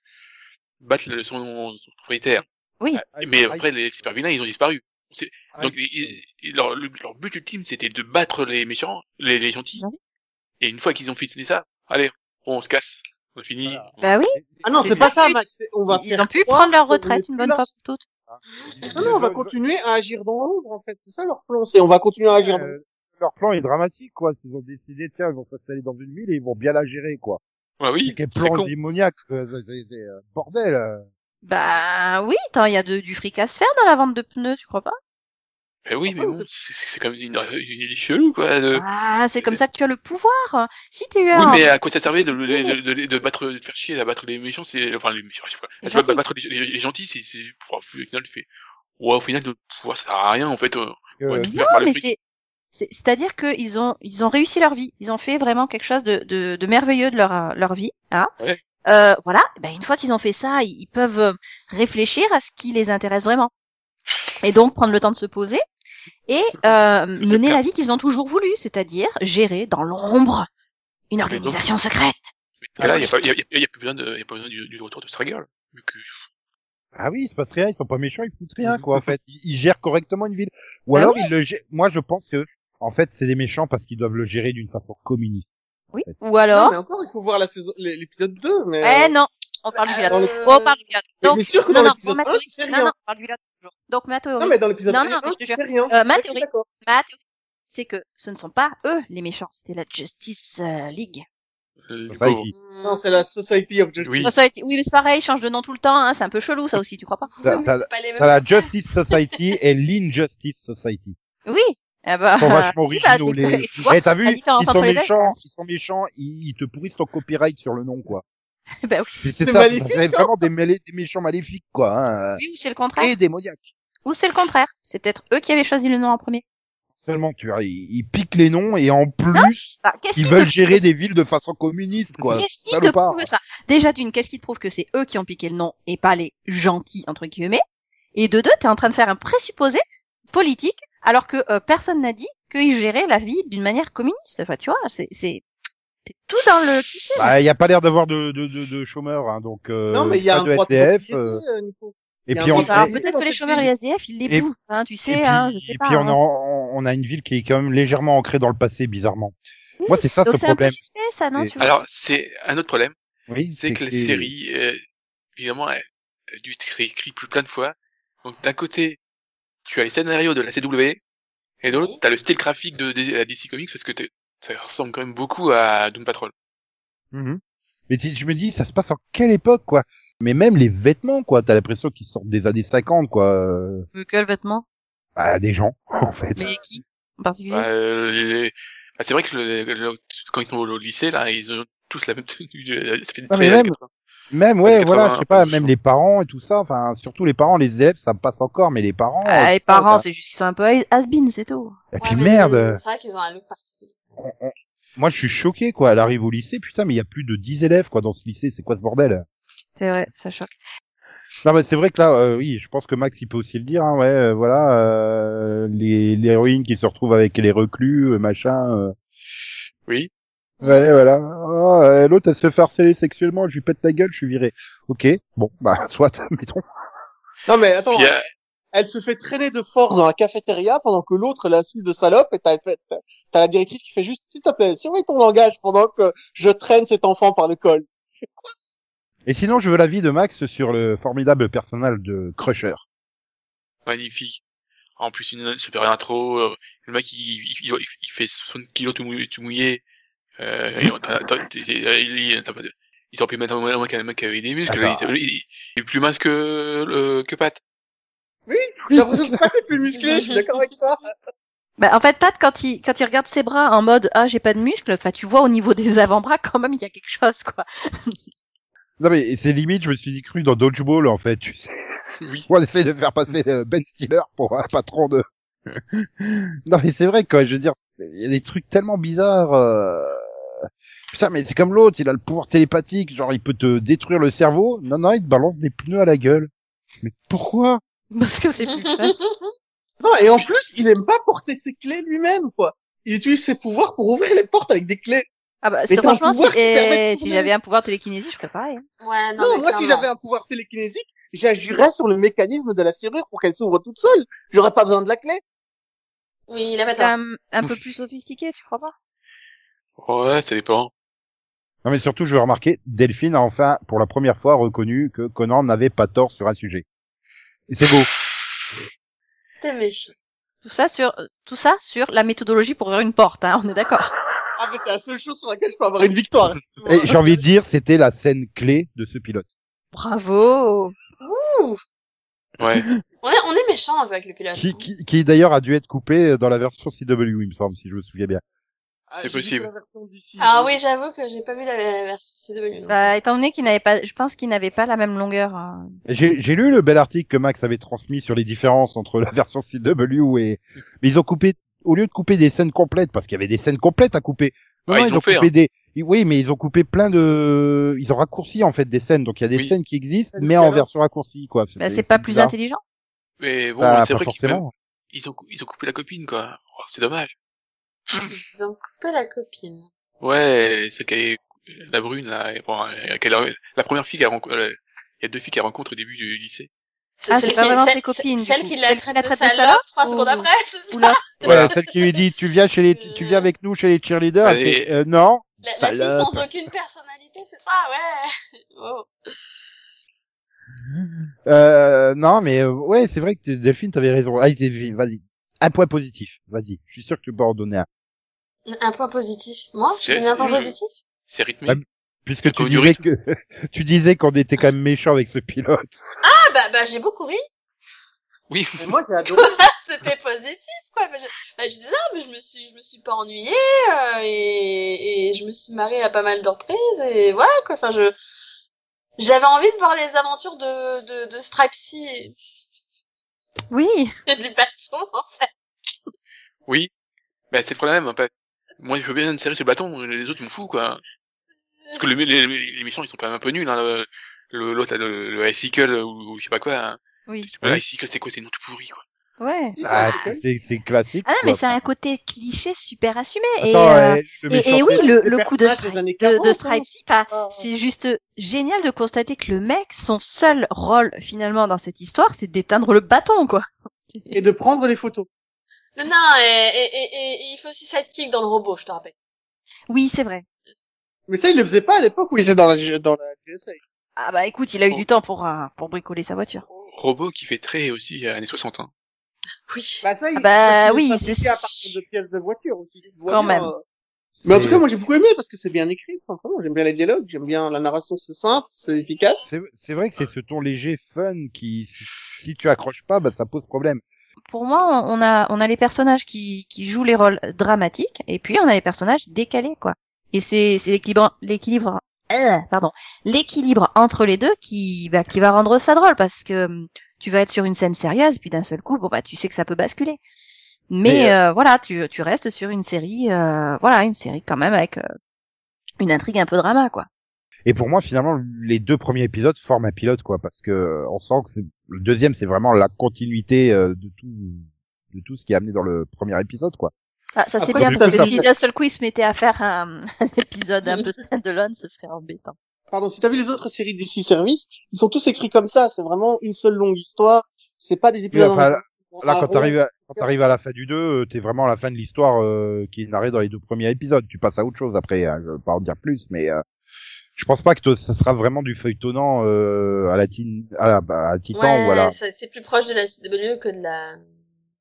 battre le- son, son propriétaire. Oui. Ah, Mais après, les super vilains, ils ont disparu. C'est- Donc, ils- ils- leur, leur but ultime, c'était de battre les méchants, les, les gentils. Oui. Et une fois qu'ils ont fini ça, allez, on se casse. On finit. Voilà. Bah oui, Ah non, C'est c'est ça. pas ça, Max. c'est- On va ils faire ont pu croire prendre leur qu'on est retraite une plus bonne là. fois pour toutes. Non, non, on va continuer à agir dans l'ombre, en fait. C'est ça leur plan. C'est on va continuer à agir dans l'ombre. Euh, leur plan est dramatique, quoi. Ils ont décidé, tiens, ils vont s'installer dans une ville et ils vont bien la gérer, quoi. Bah Ouais, Ah oui, C'est quel c'est plan con. démoniaque, euh, c'est- c'est- c'est, euh, bordel. euh. Bah oui, attends, il y a de- du fric à se faire dans la vente de pneus, tu crois pas Bah oui, mais bon, c'est c'est- c'est quand même une, une idée chelou, quoi. de- Ah, c'est comme ça que tu as le pouvoir. Si tu as Euh, Oui, un- mais à quoi ça servait de, de, c'est- de, de, de battre, de faire chier, à battre les méchants, c'est, enfin, les méchants, je sais pas. Les Tu vois, gentils. battre les, les- les gentils, c'est, c'est, pour- au final, tu fais, ouais, au final, de, pouvoir, ça sert à rien, en fait, euh, Que- Ouais, euh, tout Non, faire par le mais fric. c'est c'est- c'est-à-dire qu'ils ont ils ont réussi leur vie, ils ont fait vraiment quelque chose de, de, de merveilleux de leur euh, leur vie, hein. Ouais. Euh, voilà, ben une fois qu'ils ont fait ça, ils, ils peuvent euh, réfléchir à ce qui les intéresse vraiment, et donc prendre le temps de se poser [LAUGHS] et euh, C'est le mener cas. la vie qu'ils ont toujours voulu, c'est-à-dire gérer dans l'ombre une donc- organisation secrète. Ah, Mais là, il n'y a, pas- y a, y a- y a plus besoin, de, y a pas besoin du, du retour de Straggle. Vu que, Ah oui, il se passe rien, ils sont pas méchants, ils foutent rien, quoi, en fait. Ils, ils gèrent correctement une ville. Ou Ah alors, ils le gè- Moi, je pense que, en fait, c'est des méchants parce qu'ils doivent le gérer d'une façon communiste. Oui. En fait. Ou Non, alors, mais encore, il faut voir la saison, l'é- l'épisode 2, mais... eh non, on parle du euh, gâteau. euh, Oh, on parle du gâteau. mais Donc, c'est sûr que non, dans non, l'épisode ma 1, théorie- tu sais non, non, rien. on parle du gâteau toujours. Donc ma théorie, euh, Non, mais dans l'épisode Non, 1, non, mais je te tu sais jure. rien. Euh, ma Je suis théorie. d'accord. ma théorie, c'est que ce ne sont pas eux les méchants, c'était la Justice euh, League. euh, du Bah, coup, ils- mm. Non, c'est la Society of Justice. oui, Ah, Ça, ça a été- Oui, mais c'est pareil, ils changent de nom tout le temps, hein, c'est un peu chelou ça aussi, tu crois pas T'as Mais t'as la- c'est pas les mêmes. t'as la Justice Society et l'Injustice Society. Oui eh ben, Ils sont vachement oui, bah, originaux, c'est que- les... tu vois, Eh, t'as vu, la ils différence sont entre les deux, méchants, ils sont méchants, ils, ils te pourrissent ton copyright sur le nom, quoi. [LAUGHS] Bah oui. C'est c'est C'est ça, maléfique, c'est vraiment des, mêlés- des méchants maléfiques, quoi. hein, euh, oui, ou c'est le contraire, Et démoniaques. ou c'est le contraire. C'est peut-être eux qui avaient choisi le nom en premier. Seulement, tu vois, ils, ils piquent les noms et en plus, Bah, qu'est-ce ils qui veulent te- gérer des villes de façon communiste, quoi. Qu'est-ce qui te Salopard. prouve ça Déjà d'une, qu'est-ce qui te prouve que c'est eux qui ont piqué le nom et pas les gentils entre guillemets Et de deux, t'es en train de faire un présupposé politique alors que euh, personne n'a dit qu'ils géraient la vie d'une manière communiste. Enfin, tu vois, c'est c'est t'es tout dans le cliché. Bah, il y a pas l'air d'avoir de, de, de, de chômeurs, hein, donc euh, Non, mais il y a pas un de droit SDF. de euh, propriété, euh, Nico. et il y a puis un on, droit et, de Alors mais- peut-être que les chômeurs et les SDF, ils les Et- bouffent, hein, tu et sais, puis, hein, je et sais pas. puis on, hein. a, on a une ville qui est quand même légèrement ancrée dans le passé, bizarrement. Moi, c'est ça hein. Donc ce c'est un peu problème. suspect, ça, non Et- tu vois alors, c'est un autre problème, Oui, c'est que la série, euh, évidemment, elle, elle a dû être réécrite plus plein de fois. Donc, d'un côté, tu as les scénarios de la CW, et de l'autre, Oui. t'as le style graphique de, de la DC Comics, parce que t'es- ça ressemble quand même beaucoup à Doom Patrol. Mhm. Mais tu- je me dis, ça se passe en quelle époque, quoi Mais même les vêtements, quoi. T'as l'impression qu'ils sortent des années 50, quoi. euh, Mais Quel vêtement Bah, des gens, [LAUGHS] en fait. Mais qui en particulier Bah, euh, les- bah, c'est vrai que le- le- quand ils sont au, au lycée, là, ils ont tous la même tenue. de- Ça fait Ah, très mais années même- 80. Même, ouais, 80, voilà, je sais pas, je même sais. les parents et tout ça, enfin, surtout les parents, les élèves, ça passe encore, mais les parents... euh, Ah, Les parents, c'est juste qu'ils sont un peu has-been, c'est tout. Et Ouais, puis mais euh, merde, C'est vrai qu'ils ont un look particulier. on- on- moi je suis choqué, quoi, elle arrive au lycée, putain, mais il y a plus de 10 élèves, quoi, dans ce lycée, c'est quoi ce bordel C'est vrai, ça choque. Non, mais c'est vrai que là, euh, oui, je pense que Max, il peut aussi le dire, hein, ouais, euh, voilà, euh, les l'héroïne qui se retrouve avec les reclus, euh, machin... euh. Oui. Ouais, voilà. Ah, euh, L'autre, elle se fait harceler sexuellement, je lui pète la gueule, je suis viré. Ok, bon, bah, [LAUGHS] soit, mettons. Non, mais attends, Puis, euh, elle se fait traîner de force dans la cafétéria pendant que l'autre la suit de salope et t'as t'as- t'as la directrice qui fait juste s'il te plaît surveille ton langage pendant que je traîne cet enfant par le col. Et sinon, je veux l'avis de Max sur le formidable personnage de Crusher. Magnifique. En plus, une super intro. euh, Le mec, il, il, il- il fait 60 kilos tout mouillé. Tout mouillé. Euh, et on- t'as- t'as- t'es- t'es- il- il- t'as pas de- ils ont pu mettre un mec, un mec avec des muscles. Attends. Il, il- il est plus mince que, le- que Pat. J'ai l'impression que Pat est plus musclé, je suis d'accord avec toi. Bah, en fait, Pat, quand il, quand il regarde ses bras en mode Ah, j'ai pas de muscles, enfin, tu vois au niveau des [LAUGHS] avant-bras, quand même, il y a quelque chose, quoi. [LAUGHS] Non mais c'est limite, je me suis dit cru dans Dodgeball en fait, tu sais. Oui. On essaie de faire passer euh, Ben Stiller pour un patron de. [LAUGHS] non mais c'est vrai quoi, je veux dire, c'est- il y a des trucs tellement bizarres. euh, Putain mais c'est comme l'autre, il a le pouvoir télépathique, genre il peut te détruire le cerveau. Non non, il te balance des pneus à la gueule. Mais pourquoi Parce que c'est plus fun. Non, et en plus, il aime pas porter ses clés lui-même, quoi. Il utilise ses pouvoirs pour ouvrir les portes avec des clés. [LAUGHS] Ah bah, Mais c'est t'as un franchement, si, pouvoir qui eh, permet de si tourner. j'avais un pouvoir télékinésie, je ferais pareil. hein. Ouais, non, Non, mais moi, si clairement. j'avais un pouvoir télékinésique, j'agirais sur le mécanisme de la serrure pour qu'elle s'ouvre toute seule. J'aurais pas besoin de la clé. Oui, il a pas C'est quand tort. même un peu plus sophistiqué, tu crois pas Ouais, ça dépend. Non mais surtout, je veux remarquer, Delphine a enfin, pour la première fois, reconnu que Conan n'avait pas tort sur un sujet. Et c'est beau. T'es méchant. Tout ça sur, euh, tout ça sur la méthodologie pour ouvrir une porte, hein, on est d'accord. Ah, mais c'est la seule chose sur laquelle je peux avoir une victoire. Et j'ai envie de dire, c'était la scène clé de ce pilote. [LAUGHS] Bravo. [LAUGHS] Ouais. On est, on est méchant un peu avec le pilote. qui, qui, qui d'ailleurs a dû être coupé dans la version CW, il me semble, si je me souviens bien. Ah, j'ai C'est vu possible. la version d'ici. Ah oui, j'avoue que j'ai pas vu la la version CW. non. Bah, étant donné qu'il n'avait pas, je pense qu'il n'avait pas la même longueur. hein. J'ai j'ai lu le bel article que Max avait transmis sur les différences entre la version CW et... Mais ils ont coupé, au lieu de couper des scènes complètes, parce qu'il y avait des scènes complètes à couper, non, Ah, non, ils ils l'ont ont fait, coupé des... Oui, mais ils ont coupé plein de... Ils ont raccourci en fait des scènes, donc il y a des Oui. scènes qui existent, Des mais en scènes. version raccourcie, quoi. Bah, c'est pas plus bizarre. intelligent. Mais bon, Bah, c'est pas vrai qu'ils forcément. ils ont, cou- ils ont coupé la copine, quoi. Oh, c'est dommage. Ils ont coupé la copine. Ouais, c'est qu'elle est, la brune, là. et bon, euh, qu'elle a- la première fille qu'elle rencontre, euh, il y a deux filles qu'elle rencontre au début du lycée. Ah, c'est Celle pas qui- vraiment celle- ses copines, du Celle coup. qui l'a Celle qui la traité traite de de salope salope, trois ou- secondes après. [LAUGHS] c'est Ou ça l'autre. Voilà. Ouais, celle qui lui dit, tu viens chez les, tu viens avec nous chez les cheerleaders, elle Allez. fait, euh, non. La, la fille Salope. sans aucune personnalité, c'est ça, ouais. Oh. Euh, non, mais euh, ouais, c'est vrai que Delphine, t'avais raison. Allez, Delphine, vas-y. Un point positif, vas-y. Je suis sûr que tu peux en donner un. Un point positif. Moi, je C'est- donne un point c'est- positif. C'est rythmé. Ouais, Puisque tu Au niveau disais que [LAUGHS] tu disais qu'on était quand même méchant avec ce pilote. Ah bah, bah j'ai beaucoup ri. Oui. Mais moi, j'ai adoré. C'était positif, quoi. Bah, je, bah, je disais, ah, mais je me suis, je me suis pas ennuyée euh, et, et je me suis marrée à pas mal de reprises et voilà, quoi. Enfin, je j'avais envie de voir les aventures de de, de Stripesy et- Oui. et [LAUGHS] du bâton. Oui. Bah, c'est le problème, en fait. Moi, je veux bien une série sur le bâton, les autres, ils m'en fous, quoi. Parce que le, les, les, les méchants, ils sont quand même un peu nuls, hein. Le- le- L'autre, là, le, le, Icicle, ou, ou je sais pas quoi. Hein. Oui. C'est pas le Icicle, c'est quoi? C'est une tout pourri, quoi. Ouais. Ah, c'est- c'est c'est classique. Ah non, mais quoi. c'est un côté cliché super assumé. et, Attends, euh, ouais, je te mets et, sur et oui, pied. le, des le coup de, personnages des Stri- années de, 40, de hein. Stripesy, pas- Ah. c'est juste génial de constater que le mec, son seul rôle finalement dans cette histoire, c'est d'éteindre le bâton, quoi. Et de prendre les photos. Non, non, et, et, et, et il faut aussi sidekick dans le robot, je te rappelle. Oui, c'est vrai. Mais ça, il le faisait pas à l'époque où il était dans la, dans la GSA. Ah bah écoute, il a eu Oh. du temps pour, euh, pour bricoler sa voiture. Robot qui fait très aussi euh, années 60, hein. Oui. Bah, ça, il, Ah bah parce qu'il oui, le fabriquait c'est- à partir de pièces de voiture aussi. Je vois Quand bien, même. euh, Mais en C'est- tout cas, moi, j'ai beaucoup aimé parce que c'est bien écrit. Franchement, j'aime bien les dialogues, j'aime bien la narration, c'est simple, c'est efficace. c'est c'est vrai que c'est ce ton léger fun qui, si tu accroches pas, bah ça pose problème. Pour moi, on on a, on a les personnages qui, qui jouent les rôles dramatiques, et puis on a les personnages décalés, quoi. Et c'est c'est l'équilibre, l'équilibre, euh, pardon, l'équilibre entre les deux qui, bah, qui va rendre ça drôle, parce que hum, tu vas être sur une scène sérieuse, puis d'un seul coup, bon bah, tu sais que ça peut basculer. Mais, Mais, euh, voilà, tu, tu restes sur une série, euh, voilà, une série quand même avec euh, une intrigue un peu drama, quoi. Et pour moi, finalement, les deux premiers épisodes forment un pilote, quoi, parce que euh, on sent que c'est- le deuxième, c'est vraiment la continuité euh, de tout, de tout ce qui est amené dans le premier épisode, quoi. Ah, ça c'est Après, bien, tout parce à que fait. si d'un seul coup il se mettait à faire un, [LAUGHS] un épisode un peu [LAUGHS] stand-alone, ce serait embêtant. Pardon, si t'as vu les autres séries d'ici Service, ils sont tous écrits comme ça, c'est vraiment une seule longue histoire. C'est pas des épisodes. Oui, enfin, en- là- Là, en- quand en- t'arrives à, quand t'arrives à la fin du 2, euh, t'es vraiment à la fin de l'histoire euh, qui est narrée dans les deux premiers épisodes. Tu passes à autre chose après, hein, je vais pas en dire plus, mais euh, je pense pas que te- ça sera vraiment du feuilletonnant euh, à la tin, à la, bah, à Titan ouais, ou à la... ça- c'est plus proche de la CW que de la.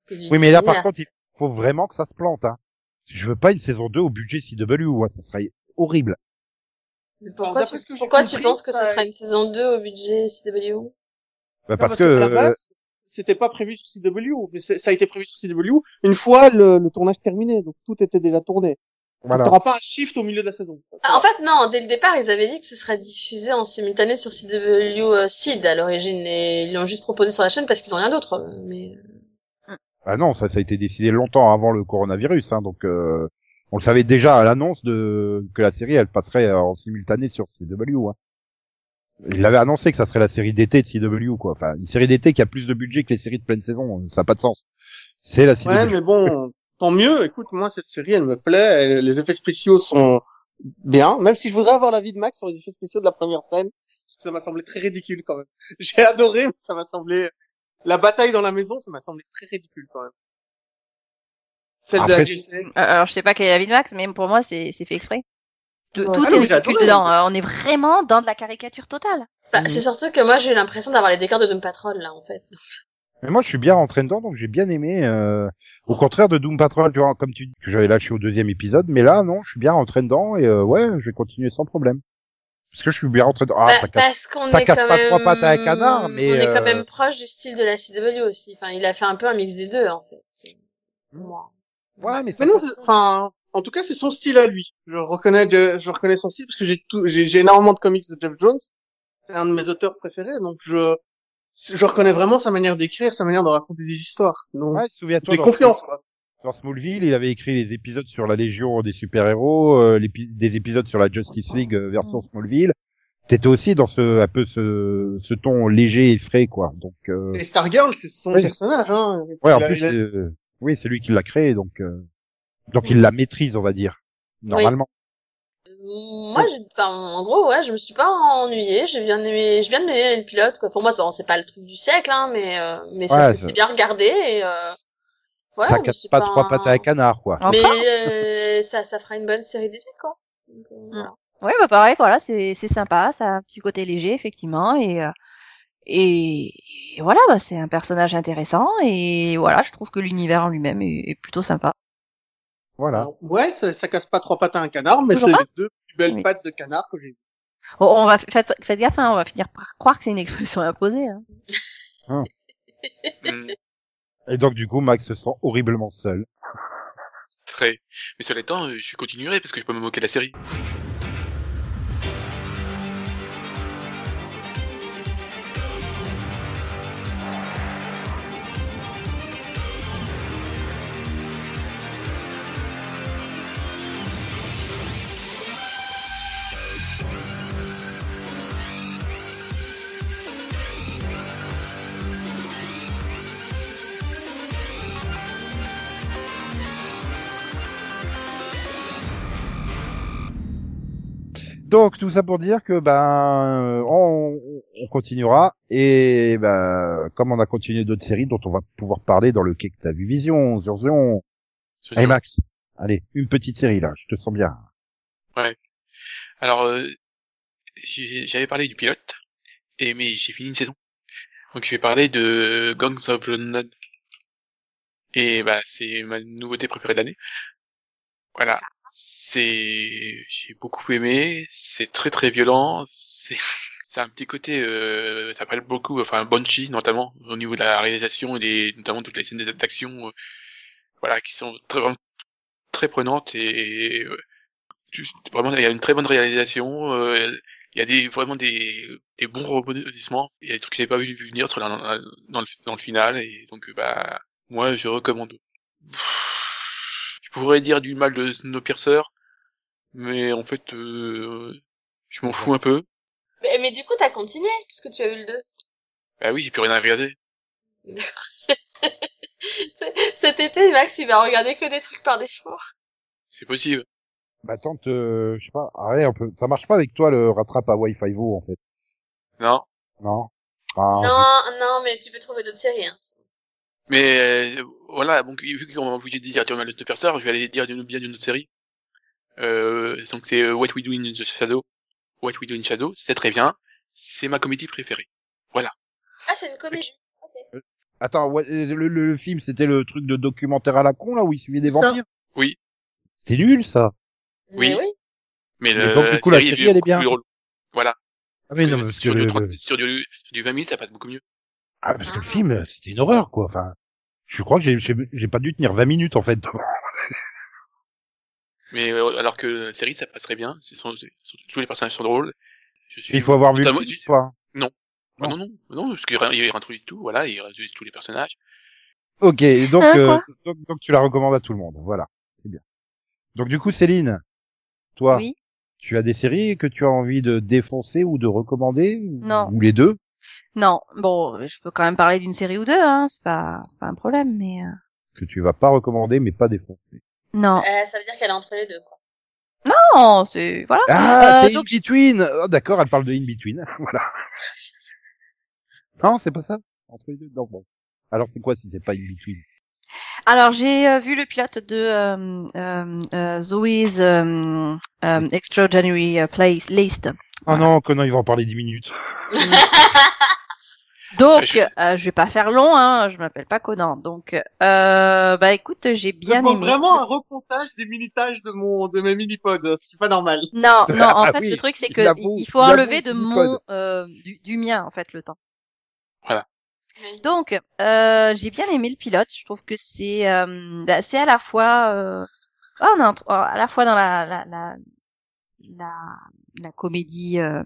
que du Oui, mais là, par cinéma. contre, il faut vraiment que ça se plante. Hein. Je veux pas une saison 2 au budget CW, hein, ça serait horrible. Mais Alors, pourquoi d'après tu, ce que j'ai pourquoi tu compris, penses que ce euh, sera une saison 2 au budget CW Bah, Non, parce, que, à la euh, base, c'était pas prévu sur CW, mais c'est- ça a été prévu sur CW une fois le, le tournage terminé, donc tout était déjà tourné. voilà. T'auras pas un shift au milieu de la saison. Ah, En fait, non, dès le départ, ils avaient dit que ce serait diffusé en simultané sur CW euh, Seed à l'origine, et ils l'ont juste proposé sur la chaîne parce qu'ils ont rien d'autre. euh, Mais Ah non, ça, ça a été décidé longtemps avant le coronavirus, hein, donc euh, on le savait déjà à l'annonce de que la série elle passerait euh, en simultané sur CW. Hein. Il avait annoncé que ça serait la série d'été de CW, quoi. Enfin, une série d'été qui a plus de budget que les séries de pleine saison, hein. ça n'a pas de sens. C'est la CW. Ouais, mais bon, tant mieux. Écoute, moi cette série, elle me plaît. elle- les effets spéciaux sont bien, même si je voudrais avoir l'avis de Max sur les effets spéciaux de la première scène, parce que ça m'a semblé très ridicule quand même. [LAUGHS] J'ai adoré, mais ça m'a semblé la bataille dans la maison, ça m'a semblé très ridicule quand même. Celle de la Après- JCN. Euh, Alors, je sais pas quel est l'avis de Max, mais pour moi, c'est c'est fait exprès. Tout- Ouais. Tout Ah est non, mais j'ai ridicule adoré. dedans. Euh, On est vraiment dans de la caricature totale. Bah, Mhm. c'est surtout que moi, j'ai eu l'impression d'avoir les décors de Doom Patrol là, en fait. Mais moi, je suis bien rentré dedans, donc j'ai bien aimé. euh, Au contraire de Doom Patrol, tu vois, comme tu dis, que j'avais lâché au deuxième épisode, mais là, non, je suis bien rentré dedans et euh, ouais, je vais continuer sans problème. Parce que je suis bien rentré dedans. Ah, Bah, ça casse- parce qu'on ça est casse quand pas même. trois pattes à un canard, mais, On est quand euh, même proche du style de la CW aussi. Enfin, il a fait un peu un mix des deux, en fait. C'est- Moi. Ouais, mais ça Mais non, c'est- enfin, en tout cas, c'est son style à lui. Je reconnais, je, je reconnais son style parce que j'ai tout, j'ai, j'ai énormément de comics de Jeff Jones. C'est un de mes auteurs préférés, donc je, je reconnais vraiment sa manière d'écrire, sa manière de raconter des histoires. Donc, Ouais, souviens-toi. j'ai dans- confiance, quoi. Dans Smallville, il avait écrit les épisodes sur la Légion des super-héros, euh, l'épi- des épisodes sur la Justice League euh, version Smallville. T'étais aussi dans ce un peu ce, ce ton léger et frais quoi. Donc euh, Et Stargirl, c'est son Oui. personnage, hein. ouais, en Il a- plus il a- euh, oui, c'est lui qui l'a créé donc euh, donc il la maîtrise on va dire normalement. Moi, j'ai, enfin, en gros, ouais, je me suis pas ennuyée. J'ai bien aimé, j'ai bien aimé le pilote. Quoi. Pour moi, c'est bon, c'est pas le truc du siècle, hein, mais euh, mais ça, Ouais, c'est- ça- c'est bien regardé. Et, euh, ouais, ça mais casse c'est pas trois pattes à un canard quoi. Encore Mais euh, ça, ça fera une bonne série d'été, quoi. Donc, euh, voilà. Ouais, bah pareil, voilà, c'est c'est sympa, ça a un petit côté léger effectivement et euh, et, et voilà, bah c'est un personnage intéressant et voilà, je trouve que l'univers en lui-même est, est plutôt sympa. Voilà. Alors, Ouais, ça, ça casse pas trois pattes à un canard, mais c'est Toujours les deux plus belles Oui. pattes de canard que j'ai vues. Bon, on va faites, faites gaffe, hein, on va finir par croire que c'est une expression imposée. Hein. Hmm, Et donc du coup Max se sent horriblement seul. très. Mais cela étant, euh, je continuerai parce que je peux me moquer de la série. Donc tout ça pour dire que ben euh, on, on continuera et ben comme on a continué d'autres séries dont on va pouvoir parler dans le quai que t'as vu Vision, sur Zion, Je veux Allez dire. Max, allez, une petite série là, je te sens bien. Alors, euh, j'ai- j'avais parlé du pilote, et mais j'ai fini une saison. Donc je vais parler de Gangs of London. Et bah c'est ma nouveauté préférée de l'année. Voilà, c'est j'ai beaucoup aimé, c'est très très violent, c'est [LAUGHS] c'est un petit côté euh, ça parle beaucoup enfin Banshee notamment au niveau de la réalisation et des notamment toutes les scènes d'action euh, voilà qui sont très vraiment très prenantes et euh, tu- vraiment il y a une très bonne réalisation euh, il y a des vraiment des, des bons rebondissements il y a des trucs que j'avais pas vu venir sur la- dans, le dans le final et donc euh, bah moi je recommande Pff, je pourrais dire du mal de Snowpiercer mais en fait euh, je m'en fous un peu Mais, mais du coup, t'as continué puisque tu as eu le 2. bah oui j'ai plus rien à regarder [LAUGHS] Cet été, Max, il va regarder que des trucs par défaut. c'est possible Bah tente, euh, je sais pas, arrête un peu. Ça marche pas avec toi le rattrape à Wi-Fi en fait, non non Ah, Non, non, mais tu peux trouver d'autres séries. Hein. Mais euh, voilà, donc vu qu'on m'a obligé de dire Eternal Snowpiercer, je vais aller dire d'une- bien d'une autre série. Euh, donc c'est euh, What We Do in the Shadow. What We Do in Shadow, c'est très bien. C'est ma comédie préférée. Ah, c'est une comédie. Attends, ouais, euh, le, le- le film, c'était le truc de documentaire à la con, là, où il suivait des Ça. vampires Oui. C'était nul, ça. Oui. Mais oui. Mais Mais le, donc, du coup, la série, elle est beaucoup bien. plus drôle. Voilà. Ah, Parce que sur, du 30 sur du- sur du 20 minutes, ça passe beaucoup mieux. Ah, parce que le film, euh, c'était une horreur, quoi. Enfin, je crois que j'ai- j'ai j'ai pas dû tenir 20 minutes, en fait. [LAUGHS] Mais euh, alors que la série, ça passerait bien. C'est son- son- tous les personnages sont drôles. Je suis... Il faut avoir vu le Totalement- film, quoi. Ah non, non, non, parce qu'il ré- il réintroduit tout, voilà, il réintroduit tous les personnages. Ok, donc, Hein, euh, quoi donc, donc tu la recommandes à tout le monde, voilà. C'est bien. Donc du coup, Céline, toi, Oui. tu as des séries que tu as envie de défoncer ou de recommander ou- Non. Ou les deux Non, bon, je peux quand même parler d'une série ou deux, hein, c'est pas, c'est pas un problème, mais euh, que tu vas pas recommander mais pas défoncer. non, Euh, ça veut dire qu'elle est entre les deux, quoi. non, c'est voilà. Ah, Euh, c'est donc- In Between oh, D'accord, elle parle de In Between, [LAUGHS] voilà. Non, c'est pas ça Entre les deux Non, bon. Alors c'est quoi si c'est pas In Between Alors j'ai euh, vu le pilote de euh, euh, euh, Zoe's euh, euh, Extraordinary euh, Place List. Ah non, Conan, il va en parler 10 minutes. Donc, Ouais, je- euh, je vais pas faire long, hein, je m'appelle pas Conan. Donc, euh, bah écoute, j'ai bien Je vois aimé. vraiment un recontage des minutages de mon, de mes mini-pods. C'est pas normal. [LAUGHS] Non, non, en Ah fait, oui, le truc, c'est il que l'avoue, il faut il enlever l'avoue, de il mon, code. euh, du, du mien, en fait, le temps. Mais- Donc, euh, j'ai bien aimé le pilote. Je trouve que c'est, euh, bah, c'est à la fois, euh, ah, on est entre- à la fois dans la, la, la, la, la comédie euh,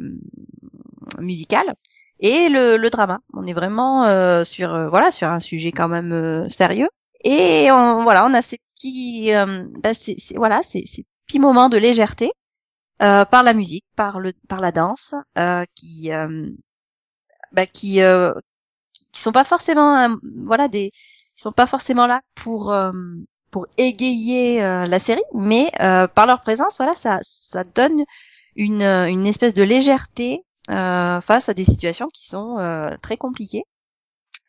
musicale et le, le drama. On est vraiment euh, sur, euh, voilà, sur un sujet quand même euh, sérieux. Et on, voilà, on a ces petits, euh, bah, ces- ces- voilà, ces, ces petits moments de légèreté euh, par la musique, par le, par la danse, euh, qui, euh, bah, qui, euh, qui sont pas forcément euh, voilà des ils sont pas forcément là pour euh, pour égayer euh, la série mais euh, par leur présence voilà ça ça donne une euh, une espèce de légèreté euh, face à des situations qui sont euh, très compliquées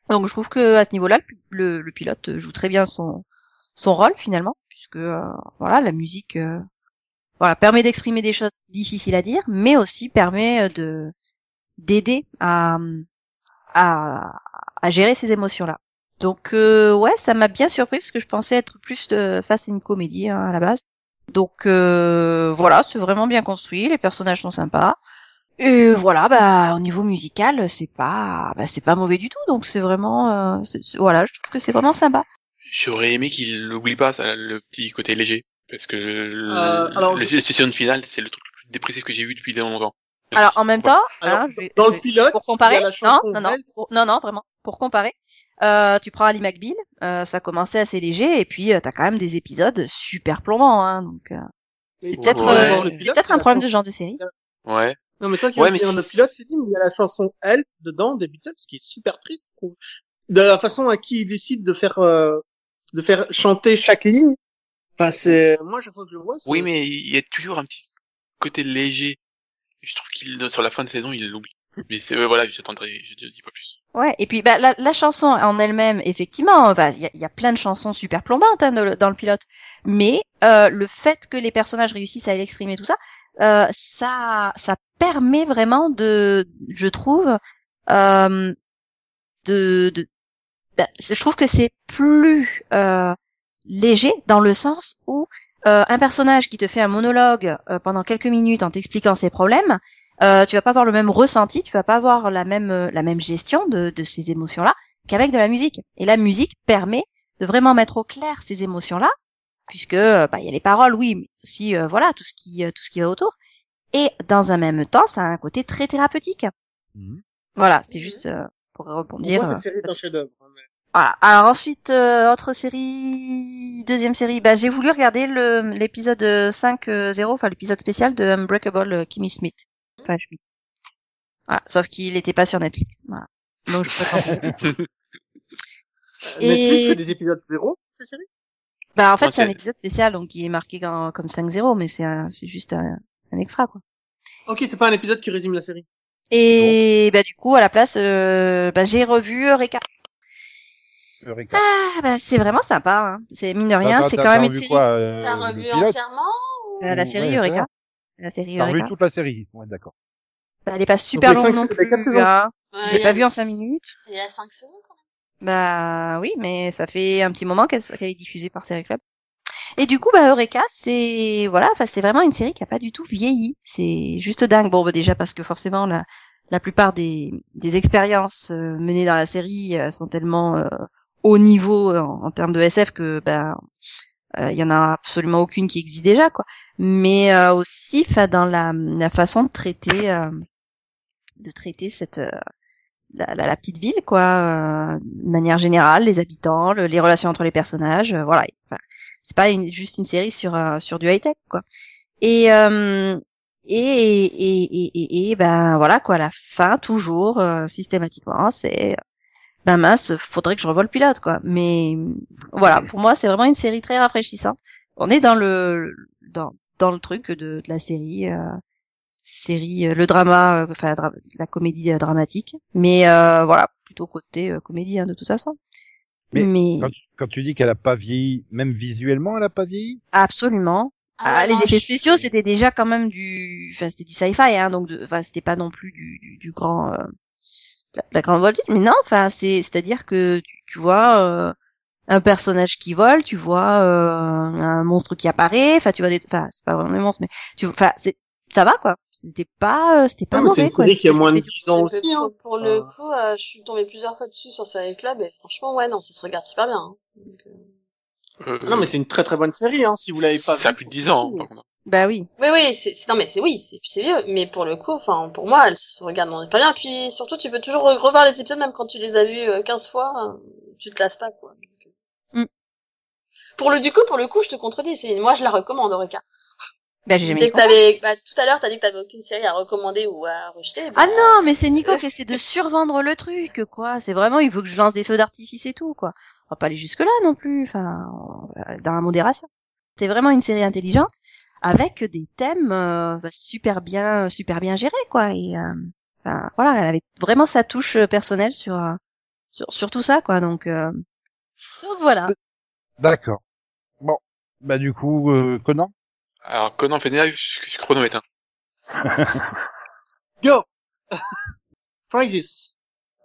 donc je trouve que à ce niveau-là le, pi- le, le pilote joue très bien son son rôle finalement puisque euh, voilà la musique euh, voilà permet d'exprimer des choses difficiles à dire mais aussi permet euh, de d'aider à à, à gérer ces émotions-là. Donc euh, ouais, ça m'a bien surpris parce que je pensais être plus euh, face à une comédie hein, à la base. Donc euh, voilà, c'est vraiment bien construit, les personnages sont sympas. Et voilà, bah au niveau musical, c'est pas bah, c'est pas mauvais du tout. Donc c'est vraiment euh, c'est- c'est- voilà, je trouve que c'est vraiment sympa. J'aurais aimé qu'il l'oublie pas, ça, le petit côté léger. Parce que le, Euh, alors, le- je- la saison finale, c'est le truc le plus dépressif que j'ai vu depuis longtemps. Alors en même temps, Alors, hein, je vais- dans je le vais- pilote, pour comparer, il y a la non, chanson non, non, Belle. pour- non, non, vraiment, pour comparer, euh, tu prends Ali McBeal, euh, ça commençait assez léger et puis euh, t'as quand même des épisodes super plombants, hein, donc euh, c'est Mais peut-être bon, euh, dans le c'est pilote, peut-être il y a un la problème de chanson- genre de série. Ouais. Non, mais toi qui viens Ouais, de mais dire si- le pilote, c'est dit, mais il y a la chanson Help dedans des Beatles qui est super triste. je trouve. De la façon à qui ils décident de faire, euh, de faire chanter chaque ligne. Enfin, c'est, moi, chaque fois que je le vois, c'est- Oui, mais il y a toujours un petit côté léger. Je trouve qu'il, sur la fin de saison, il l'oublie. Mais c'est, euh, voilà, j'attendrai, je te dis pas plus. Ouais, et puis bah, la, la chanson en elle-même, effectivement, enfin, il y a, il y a plein de chansons super plombantes hein, dans, le, dans le pilote, mais euh, le fait que les personnages réussissent à l'exprimer tout ça, euh, ça, ça permet vraiment de, je trouve, euh, de, de bah, c'est- je trouve que c'est plus euh, léger dans le sens où euh, un personnage qui te fait un monologue euh, pendant quelques minutes en t'expliquant ses problèmes, euh, tu vas pas avoir le même ressenti, tu vas pas avoir la même euh, la même gestion de, de ces émotions-là qu'avec de la musique. Et la musique permet de vraiment mettre au clair ces émotions-là, puisque euh, bah, il y a les paroles, oui, mais aussi euh, voilà tout ce qui euh, tout ce qui va autour. Et dans un même temps, ça a un côté très thérapeutique. Mhm. Voilà, c'était Mhm. juste euh, pour pour rebondir. moi, euh, cette série est un chef-d'œuvre. hein, mais- voilà. Alors ensuite, euh, autre série, deuxième série, bah, j'ai voulu regarder le l'épisode 5-0, enfin l'épisode spécial de Unbreakable euh, Kimmy Smith. Enfin, Schmidt. Voilà. Sauf qu'il était pas sur Netflix. Voilà. Donc, je peux [LAUGHS] pas- Et- Netflix fait des épisodes zéro, ces séries. bah, en fait, Ok. c'est un épisode spécial, donc il est marqué quand- comme 5-0, mais c'est un- c'est juste un, un extra, quoi. Ok, c'est pas un épisode qui résume la série. Et bah du coup, à la place, euh, bah, j'ai revu Eureka. Eureka. Ah bah c'est vraiment sympa. Hein. C'est mine de rien, T'as- c'est t'as- quand même t'as une revu série. quoi, euh, T'as le revu pilote entièrement Euh, la série Ouais, Eureka. La série T'as revu Eureka. toute la série, ouais, d'accord. Bah, elle est pas super les cinq- longue non les quatre plus. saisons. Hein. Ouais, J'ai il y pas a- vu en cinq minutes. Il y a cinq saisons quand Bah oui, mais ça fait un petit moment qu'elle qu'elle est diffusée par Série Club. Et du coup, bah Eureka, c'est voilà, enfin c'est vraiment une série qui a pas du tout vieilli. C'est juste dingue. Bon, bah, déjà parce que forcément la la plupart des des expériences euh, menées dans la série euh, sont tellement euh, haut niveau euh, en, en termes de SF que ben euh, il y en a absolument aucune qui existe déjà quoi. Mais euh, aussi, enfin dans la la façon de traiter euh, de traiter cette euh, la, la, la petite ville, quoi, euh, de manière générale, les habitants, le- les relations entre les personnages, euh, voilà. Enfin, c'est pas une, juste une série sur euh, sur du high tech, quoi. Et euh, et, et, et, et, et, ben voilà quoi, à la fin toujours euh, systématiquement, c'est euh, ben mince, faudrait que je revoie le pilote, quoi. Mais euh, voilà, pour moi c'est vraiment une série très rafraîchissante. On est dans le dans dans le truc de, de la série. euh, série, euh, le drama, euh, enfin dra- la comédie euh, dramatique, mais euh, voilà, plutôt côté euh, comédie hein, de toute façon. Mais, Mais Quand tu, quand tu dis qu'elle a pas vieilli, même visuellement, elle a pas vieilli absolument. même. Ah, les non, effets je- spéciaux, c'était déjà quand même du, enfin c'était du sci-fi, hein, donc de- enfin c'était pas non plus du, du, du grand, euh, de la, de la grande voltige, mais non, enfin c'est, c'est-à-dire que tu, tu vois euh, un personnage qui vole, tu vois euh, un monstre qui apparaît, enfin tu vois des, enfin c'est pas vraiment des monstres, mais tu, enfin c'est, ça va quoi, c'était pas, euh, c'était pas Ah, mais mauvais c'est une quoi. série les qui a effets moins de spéciaux. 10 ans Parce que aussi, hein. pour, pour le Ah. coup, euh, je suis tombée plusieurs fois dessus sur Série Club et franchement, ouais, non, ça se regarde super bien. hein. Euh, Non, mais c'est une très très bonne série, hein, si vous l'avez pas Ça a vue. plus de 10 ans, hein, par contre. Bah oui. Oui, oui, c'est, c'est- non, mais c'est oui, c'est, c'est vieux, mais pour le coup, enfin, pour moi, elle se regarde on est pas bien. Puis surtout, tu peux toujours re- revoir les épisodes, même quand tu les as vus euh, 15 fois, euh, tu te lasses pas, quoi. Donc, euh. Mm. Pour le, du coup, pour le coup, je te contredis, c'est, moi, je la recommande, Eureka. Bah Tu j'ai jamais disais que t'avais, bah, tout à l'heure, t'as dit que t'avais aucune série à recommander ou à rejeter. bah, Ah non, mais c'est Nico qui essaie de survendre le truc, quoi. C'est vraiment, il veut que je lance des feux d'artifice et tout, quoi. On va pas aller jusque là non plus, enfin, on- dans la modération. C'est vraiment une série intelligente avec des thèmes euh, bah, super bien, super bien gérés, quoi. Et euh, enfin, voilà, elle avait vraiment sa touche personnelle sur euh, sur, sur tout ça, quoi. Donc, euh, donc voilà. D'accord. Bon, bah du coup, euh, Conan Alors, Conan Fenner, je je suis chronomètre. hein. Go Crisis.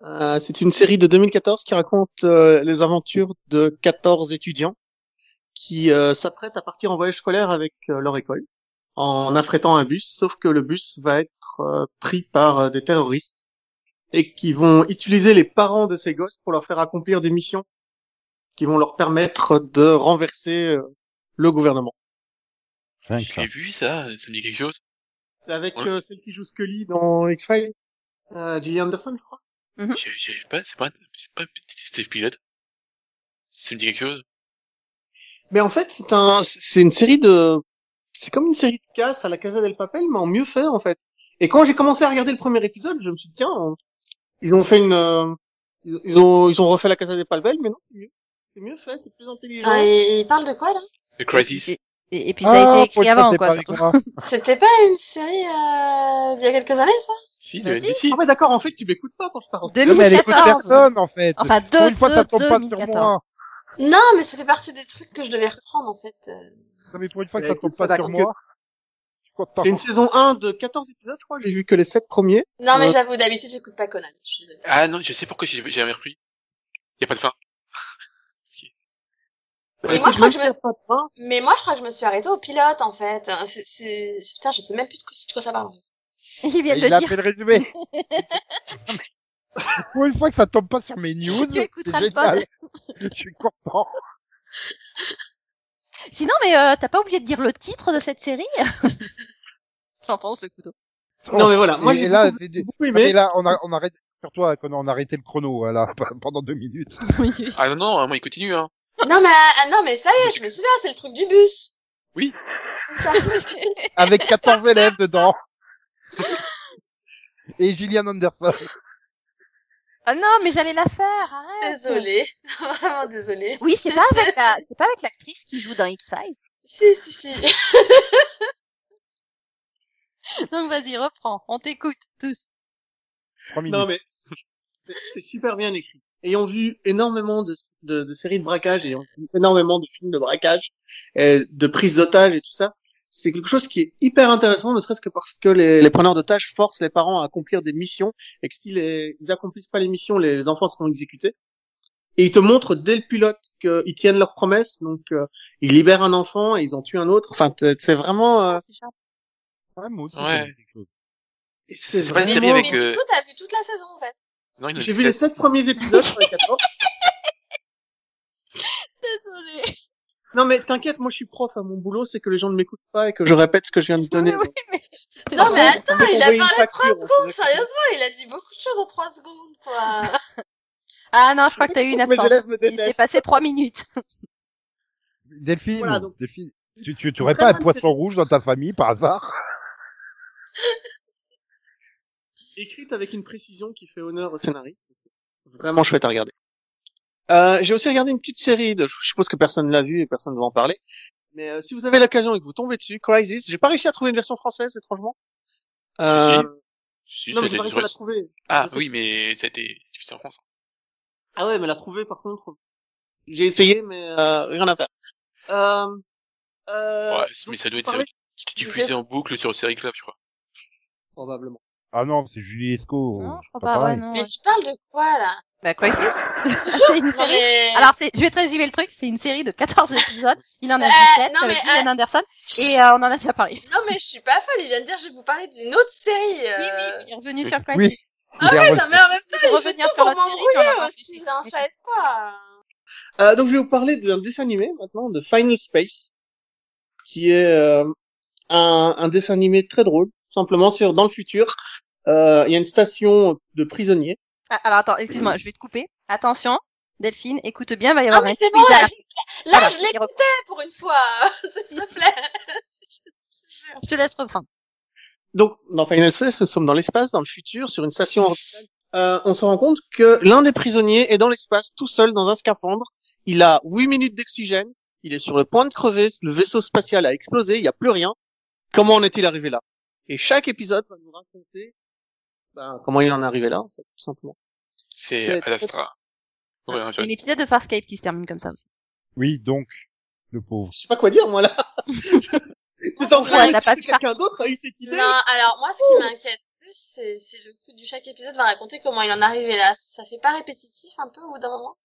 Euh, c'est une série de 2014 qui raconte euh, les aventures de 14 étudiants qui euh, s'apprêtent à partir en voyage scolaire avec euh, leur école en affrétant un bus, sauf que le bus va être euh, pris par euh, des terroristes et qui vont utiliser les parents de ces gosses pour leur faire accomplir des missions qui vont leur permettre de renverser euh, le gouvernement. Rien que Je ça. l'ai vu, ça, ça me dit quelque chose. Avec Ouais. euh, celle qui joue Scully dans X-Files, euh, Gillian Anderson, je crois. Mmh. Mhm. Je, je sais pas, c'est pas, c'est pas Steve Pilote. Ça me dit quelque chose. Mais en fait, c'est un, c'est une série de, c'est comme une série de casse à la Casa del Papel, mais en mieux fait, en fait. Et quand j'ai commencé à regarder le premier épisode, je me suis dit, tiens, on- ils ont fait une, euh, ils ils ont, ils ont refait la Casa del Papel, mais non, c'est mieux. C'est mieux fait, c'est plus intelligent. Ah, et il parle de quoi, là? The Crisis. Et, et- et puis ça a Ah, été faut écrit le avant, passer quoi. par Surtout. les [LAUGHS] Conan. C'était pas une série, euh, d'il y a quelques années, ça? Si, Bah le si. NBC. Ah ouais, d'accord, en fait, tu m'écoutes pas quand je parle. Non, mais elle écoute 2014. personne, en fait. Enfin, Pour deux, une fois, deux- ça tombe pas sur 2014. moi. Non, mais ça fait partie des trucs que je devais reprendre, en fait. euh. Non, mais pour une fois que Mais ça tombe écoute, ça pas sur d'accord moi. je suis content. C'est une saison 1 de 14 épisodes, je crois, j'ai vu que les 7 premiers. Non, mais Ouais. j'avoue, d'habitude, j'écoute pas Conan. Je suis désolée. Ah non, je sais pourquoi j'ai j'ai jamais repris. Y a pas de fin. Et moi, je crois que je me- Même pas de fin. Mais moi, je crois que je me suis arrêtée au pilote, en fait. Hein, C'est, c'est, putain, je sais même plus de quoi, de quoi ça parle. [LAUGHS] Il vient Il de le a dire. fait le résumé. [LAUGHS] Pour une fois que ça tombe pas sur mes news, Tu c'est écouteras le génial. Je suis content. Sinon, mais euh, t'as pas oublié de dire le titre de cette série J'en pense le couteau. Non, ah, mais voilà, moi, et j'ai là, beaucoup, c'est des- beaucoup [LAUGHS] Non, mais aimé. là, on, a, on arrête sur toi, Conan, on a arrêté le chrono euh, là, [LAUGHS] pendant deux minutes. Ah non, non, moi il continue, hein. non, mais, ah, non, mais ça y est, je me souviens, c'est le truc du bus. [LAUGHS] Oui. Ça- Avec 14 élèves dedans. Et Gillian Anderson. ah non, mais j'allais la faire. Arrête. Désolée. [LAUGHS] Vraiment désolée. Oui, c'est pas avec la, c'est pas avec l'actrice qui joue dans X Files. Si, si, si. Donc vas-y, reprends. On t'écoute tous. Trois minutes. Non, mais c'est- c'est super bien écrit. Ayant vu énormément de, de, de séries de braquage, ayant vu énormément de films de braquage, euh, de prise d'otages et tout ça, c'est quelque chose qui est hyper intéressant, ne serait-ce que parce que les, les preneurs d'otages forcent les parents à accomplir des missions et que s'ils les- ils accomplissent pas les missions, les, les enfants seront exécutés. Et ils te montrent dès le pilote qu'ils tiennent leurs promesses, donc euh, ils libèrent un enfant et ils en tuent un autre. Enfin, t- c'est vraiment... euh, Ouais, moi aussi, Ouais. ça me dit quelque chose. C'est pas une Mais, série bon, avec, mais euh, du coup, t'as vu toute la saison en fait. Non, il J'ai vu les sept premiers épisodes sur les 14. [LAUGHS] Désolée. Non mais t'inquiète, moi je suis prof à mon boulot, c'est que les gens ne m'écoutent pas et que je répète ce que je viens de donner. Oui, oui, mais... Non, mais attends, Vous il a pouvez une parlé trois facture, secondes, c'est- sérieusement, il a dit beaucoup de choses en trois secondes, quoi. Ah non, je crois que t'as eu une Mes absence. élèves me Il s'est détestent. passé trois minutes. Delphine, Voilà, donc- Delphine, tu, tu, tu aurais Très pas un bonne poisson série. rouge dans ta famille par hasard Écrite avec une précision qui fait honneur au scénariste, c'est vraiment chouette à regarder. Euh, J'ai aussi regardé une petite série, de, je suppose que personne ne l'a vue et personne ne va en parler. Mais euh, si vous avez l'occasion et que vous tombez dessus, Crisis, j'ai pas réussi à trouver une version française étrangement. Euh, Si, Si, non ça a mais j'ai été pas réussi à la diffusé- trouver. Ah Je sais oui, mais ça a été diffusé en France. hein. Ah ouais, mais la trouver par contre, j'ai essayé mais euh, rien à faire. Euh, euh, Ouais, donc, mais ça doit vous être parlez- diffusé en boucle sur Série Club, je crois. Probablement. Ah non, c'est Julie Esco. Non, je c'est crois pas, ouais, Oh, pareil. non. Mais tu parles de quoi, là Bah, Crisis C'est une Non, série mais... Alors, c'est, je vais te résumer le truc, c'est une série de 14 épisodes, il en a Euh, 17 non, avec mais, Gillian Anderson, et euh, on en a déjà parlé. Non, mais je suis pas folle, il vient de dire, je vais vous parler d'une autre série. euh. il est revenu sur Oui. Crisis. Ah Il est ouais, revenu- non, mais en Il même temps, il faut fait revenir tout sur la pour série, puis on en m'embrouiller parle aussi, plus. hein, ça aide pas. Euh, donc je vais vous parler d'un dessin animé maintenant de Final Space, qui est euh, un, un dessin animé très drôle, tout simplement sur dans le futur. euh, Il y a une station de prisonniers. Ah, alors, attends, Mm. excuse-moi, je vais te couper. Attention, Delphine, écoute bien, il va y Ah, avoir mais un c'est quiz bon, là, à la- je- là, Voilà, je il l'écoutais reprend. pour une fois, [LAUGHS] s'il te plaît. Je te laisse reprendre. Donc dans Final Space, nous sommes dans l'espace, dans le futur, sur une station orbitale. Euh, on se rend compte que l'un des prisonniers est dans l'espace tout seul dans un scaphandre. Il a 8 minutes d'oxygène. Il est sur le point de crever. Le vaisseau spatial a explosé. Il n'y a plus rien. Comment en est-il arrivé là Et chaque épisode va nous raconter ben, comment il en est arrivé là, en fait, tout simplement. C'est à l'Astra. Ouais, non, Il y a un épisode de Farscape qui se termine comme ça aussi. Oui, donc, le pauvre. Je sais pas quoi dire, moi, là. [LAUGHS] C'est en Ouais, train de t'as pas que pu faire- quelqu'un d'autre a eu cette idée. Non, alors moi, ce qui m'inquiète plus, c'est c'est le coup du chaque épisode va raconter comment il en est arrivé là. Ça fait pas répétitif un peu au bout d'un moment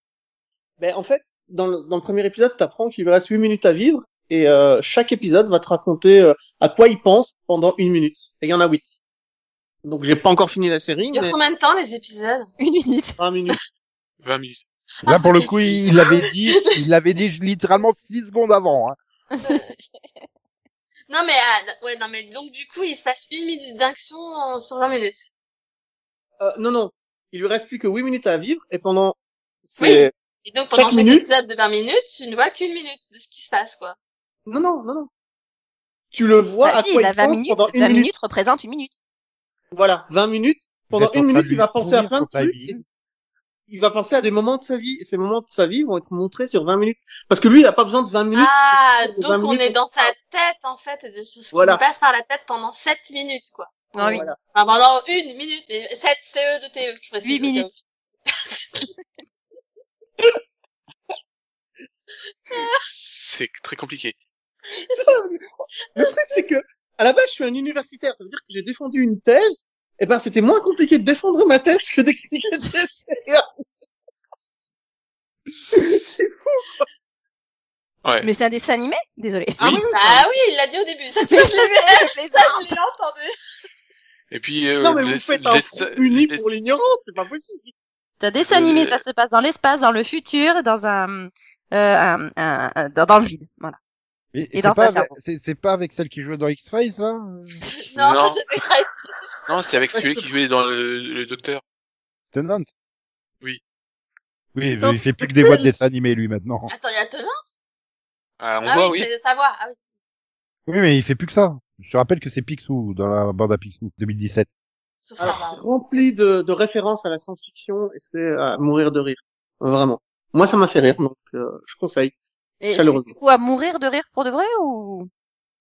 Ben, en fait, dans le, dans le premier épisode, t'apprends qu'il lui reste 8 minutes à vivre. Et euh, chaque épisode va te raconter euh, à quoi il pense pendant une minute. Et il y en a 8. Donc, j'ai pas encore fini la série, Il mais dure combien de temps, les épisodes [LAUGHS] Une minute. 20 minutes. 20 minutes. Ah, Là, pour le coup, il il l'avait dit, il l'avait dit littéralement six secondes avant. Hein. Non, mais, ah, d- ouais, non, mais donc, du coup, il se passe une minute d'action en- sur 20 minutes. Euh, non, non. Il lui reste plus que 8 minutes à vivre. Et pendant... c'est- Et donc, pendant Chaque chaque, minute épisode de 20 minutes, tu ne vois qu'une minute de ce qui se passe, quoi. Non, non, non, non. Tu le vois Bah à si, quoi la il 20 pense minutes, pendant 20 une minute. minutes représente une minute. Voilà, 20 minutes. Pendant êtes en une train minute, de il va lui penser à sourire plein de sur ta trucs. vie. et Il va penser à des moments de sa vie. Et ces moments de sa vie vont être montrés sur 20 minutes. Parce que lui, il a pas besoin de 20 minutes. Ah, minutes, donc 20 on minutes. est dans sa tête, en fait, et de ce ce qui Voilà. lui passe par la tête pendant 7 minutes, quoi. Non, Ah oui. Voilà. Enfin, pendant une minute, mais 7 CE de E. TE, je précise. Huit minutes. C'est très compliqué. C'est ça, parce que- Le truc, c'est que, à la base, je suis un universitaire. Ça veut dire que j'ai défendu une thèse. Et ben, c'était moins compliqué de défendre ma thèse que d'expliquer cette série. C'est fou. Ouais. Mais c'est un dessin animé Désolé. Ah oui, Ah oui, il l'a dit au début. [LAUGHS] Ça, tu Mais [LAUGHS] vois, je je l'ai ça, je l'ai entendu. Et puis, euh, Non, mais vous les- faites les- un front uni les- pour l'ignorance. C'est pas possible. C'est un dessin Euh, animé, ça se passe dans l'espace, dans le futur, dans un, euh, un- un- un- dans, dans le vide. Voilà. Et, Et c'est dans pas, sa avec- c'est c'est pas avec celle qui jouait dans X-Files, hein [LAUGHS] Non, Non. ça, c'est vrai. Non, c'est avec celui qui jouait dans le, le docteur. Tennant Oui. Oui, Non, il fait plus que des voix de dessin animé, lui, maintenant. Attends, il y a Tenant Ah, on Ah voit, oui, oui. c'est sa voix. Ah oui. Oui, mais il fait plus que ça. Je te rappelle que c'est Picsou, dans la bande à Picsou, 2017. Sauf ça, Alors, va. c'est Ah. rempli de, de références à la science-fiction et c'est à mourir de rire. Vraiment. Moi, ça m'a fait rire, donc euh, je conseille Et, chaleureusement. ou à mourir de rire pour de vrai ou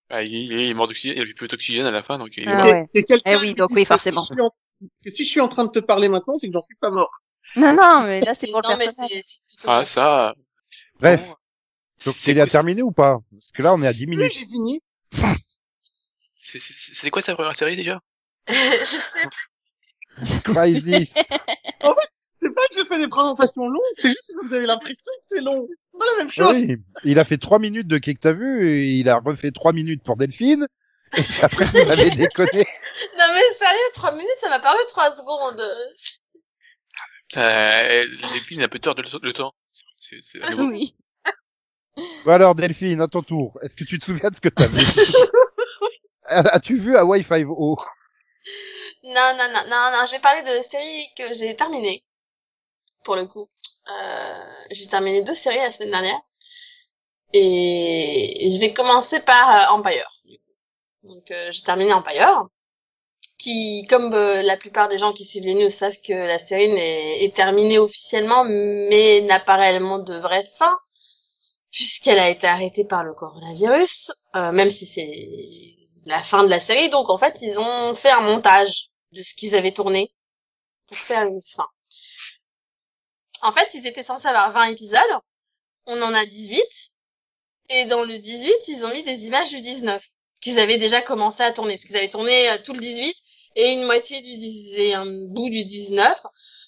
Ah, il, il est mort d'oxygène, il a plus peu d'oxygène à la fin, donc il est Ah mort. ouais. Et- et quelqu'un Eh oui, qui donc dit oui, que c'est forcément. chiant Parce que si je suis en train de te parler maintenant, c'est que j'en suis pas mort. Non, [LAUGHS] non, mais là, c'est pour le Non, mais personnage. c'est- c'est plutôt Ah, bon. ça. Bref, bon. donc C'est il a quoi- terminé ou pas Parce que là, on est à 10 Plus minutes. j'ai fini, c'est- c'est- C'était quoi sa première série déjà [LAUGHS] je sais pas. Crisis. c'est pas que je fais des présentations longues, c'est juste que vous avez l'impression que c'est long. C'est pas la même chose. Ah oui, il a fait 3 minutes de Qu'est-ce que t'as vu et il a refait 3 minutes pour Delphine. Et puis après, il avait déconné. Non, mais sérieux, 3 minutes, ça m'a paru 3 secondes. Euh, Delphine a un peu tort de le, le temps. C'est c'est un nouveau. Oui. Bon alors, Delphine, à ton tour. Est-ce que tu te souviens de ce que t'as vu As-tu vu Hawaii 5-0 Non, non, non, non, non, je vais parler de séries que j'ai terminées. Pour le coup. Euh, j'ai terminé deux séries la semaine dernière. Et je vais commencer par euh, Empire. du coup. Donc, euh, j'ai terminé Empire. Qui, comme euh, la plupart des gens qui suivent les news savent que la série n'est- est terminée officiellement, mais n'a pas réellement de vraie fin. Puisqu'elle a été arrêtée par le coronavirus. euh, même si c'est la fin de la série. Donc, en fait, ils ont fait un montage de ce qu'ils avaient tourné pour faire une fin. En fait, ils étaient censés avoir 20 épisodes. On en a 18. Et dans le 18, ils ont mis des images du 19 qu'ils avaient déjà commencé à tourner. Parce qu'ils avaient tourné euh, tout le 18 et une moitié du 10 et un bout du 19.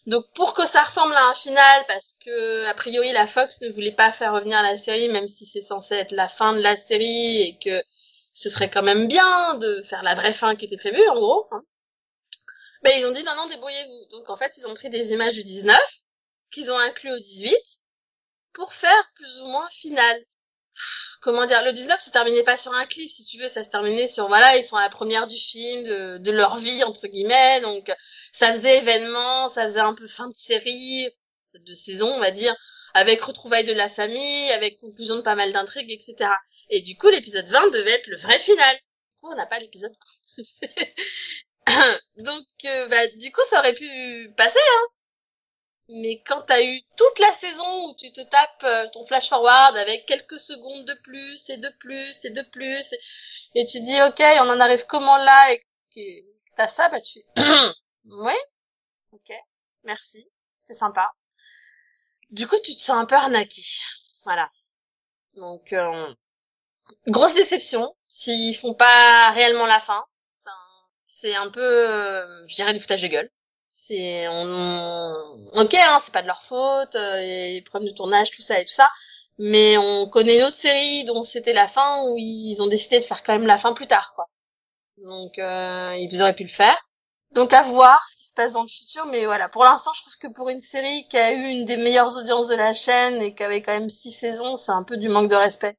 Donc pour que ça ressemble à un final, parce que a priori la Fox ne voulait pas faire revenir la série, même si c'est censé être la fin de la série et que ce serait quand même bien de faire la vraie fin qui était prévue en gros. hein. Ben, ils ont dit non, non, débrouillez-vous. Donc, en fait, ils ont pris des images du 19, qu'ils ont inclus au 18, pour faire plus ou moins final. Pff, Comment dire, le 19 se terminait pas sur un cliff, si tu veux, ça se terminait sur, voilà, ils sont à la première du film, de, de leur vie, entre guillemets, donc, ça faisait événement, ça faisait un peu fin de série, de saison, on va dire, avec retrouvailles de la famille, avec conclusion de pas mal d'intrigues, etc. Et du coup, l'épisode 20 devait être le vrai final. Du coup, on n'a pas l'épisode 1. [COUGHS] Donc, euh, bah, du coup, ça aurait pu passer, hein. Mais quand t'as eu toute la saison où tu te tapes euh, ton flash forward avec quelques secondes de plus et de plus et de plus, et, et tu dis, ok, on en arrive comment là, et que que t'as ça, bah tu [COUGHS] fais, ouais, ok, merci, c'était sympa. Du coup, tu te sens un peu arnaqué. Voilà. Donc, euh, grosse déception s'ils font pas réellement la fin c'est un peu, euh, je dirais, du foutage de gueule. C'est, on, on- ok, hein, c'est pas de leur faute, euh, et les problèmes de tournage, tout ça et tout ça, mais on connaît une autre série dont c'était la fin où ils ont décidé de faire quand même la fin plus tard, quoi. Donc, euh, ils auraient pu le faire. Donc, à voir ce qui se passe dans le futur, mais voilà. Pour l'instant, je trouve que pour une série qui a eu une des meilleures audiences de la chaîne et qui avait quand même six saisons, c'est un peu du manque de respect.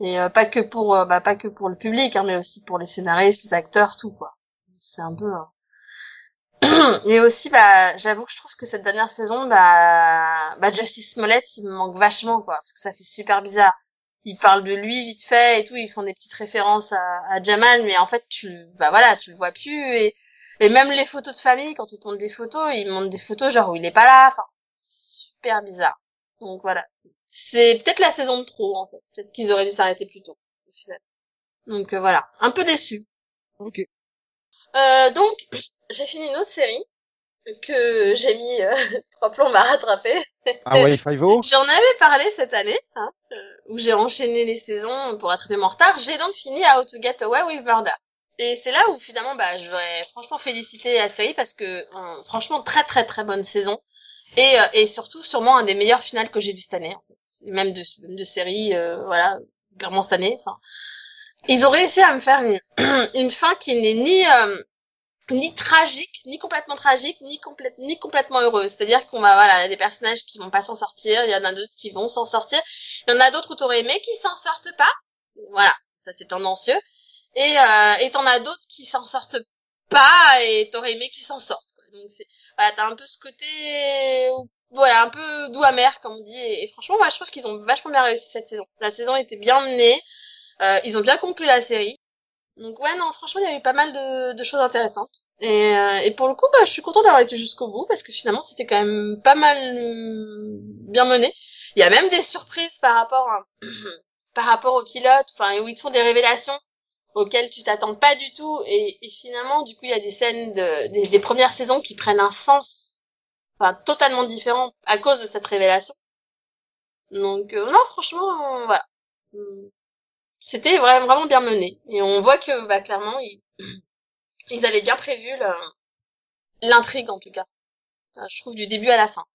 Et euh, pas que pour, euh, bah, pas que pour le public, hein, mais aussi pour les scénaristes, les acteurs, tout, quoi c'est un peu hein. [CLEARS THROAT] et aussi bah j'avoue que je trouve que cette dernière saison bah bah Justice Smollett il me manque vachement quoi parce que ça fait super bizarre ils parlent de lui vite fait et tout ils font des petites références à, à Jamal mais en fait tu bah voilà tu le vois plus et et même les photos de famille quand ils te montrent des photos ils montrent des photos genre où il est pas là enfin super bizarre donc voilà c'est peut-être la saison de trop en fait peut-être qu'ils auraient dû s'arrêter plus tôt au final. donc euh, voilà un peu déçu Ok. euh, donc, j'ai fini une autre série que j'ai mis euh, [LAUGHS] trois plombs à rattraper. Hawaii 5-0 J'en avais parlé cette année, hein, euh, où j'ai enchaîné les saisons pour attraper mon retard. J'ai donc fini à How to Get Away with Murder. Et c'est là où finalement, bah, je voudrais franchement féliciter la série parce que euh, franchement, très très très bonne saison et euh, et surtout sûrement un des meilleurs finales que j'ai vu cette année, en fait. Et même de même de série, euh, voilà, clairement cette année. Enfin, ils ont réussi à me faire une, [CLEARS THROAT] une fin qui n'est ni euh, ni tragique, ni complètement tragique, ni, complète, ni complètement heureuse. C'est-à-dire qu'on va, voilà, il y a des personnages qui vont pas s'en sortir, il y en a d'autres qui vont s'en sortir, il y en a d'autres où t'aurais aimé qui s'en sortent pas. Voilà, ça c'est tendancieux. Et euh, et t'en as d'autres qui s'en sortent pas et t'aurais aimé qu'ils s'en sortent. quoi. Donc c'est, voilà, t'as un peu ce côté, où- voilà, un peu doux amer comme on dit. Et, et franchement, moi je trouve qu'ils ont vachement bien réussi cette saison. La saison était bien menée, euh, ils ont bien conclu la série. Donc ouais, non, franchement, il y a eu pas mal de, de choses intéressantes. Et, euh, et pour le coup, bah, je suis contente d'avoir été jusqu'au bout parce que finalement, c'était quand même pas mal euh, bien mené. Il y a [CLEARS THROAT] même des surprises par rapport à- par rapport au pilote, enfin où ils te font des révélations. auquel tu t'attends pas du tout et, et finalement du coup il y a des scènes de, des, des premières saisons qui prennent un sens enfin totalement différent à cause de cette révélation donc euh, non franchement euh, voilà Hum. c'était vraiment vraiment bien mené et on voit que bah clairement ils ils avaient bien prévu le- l'intrigue en tout cas Enfin, je trouve du début à la fin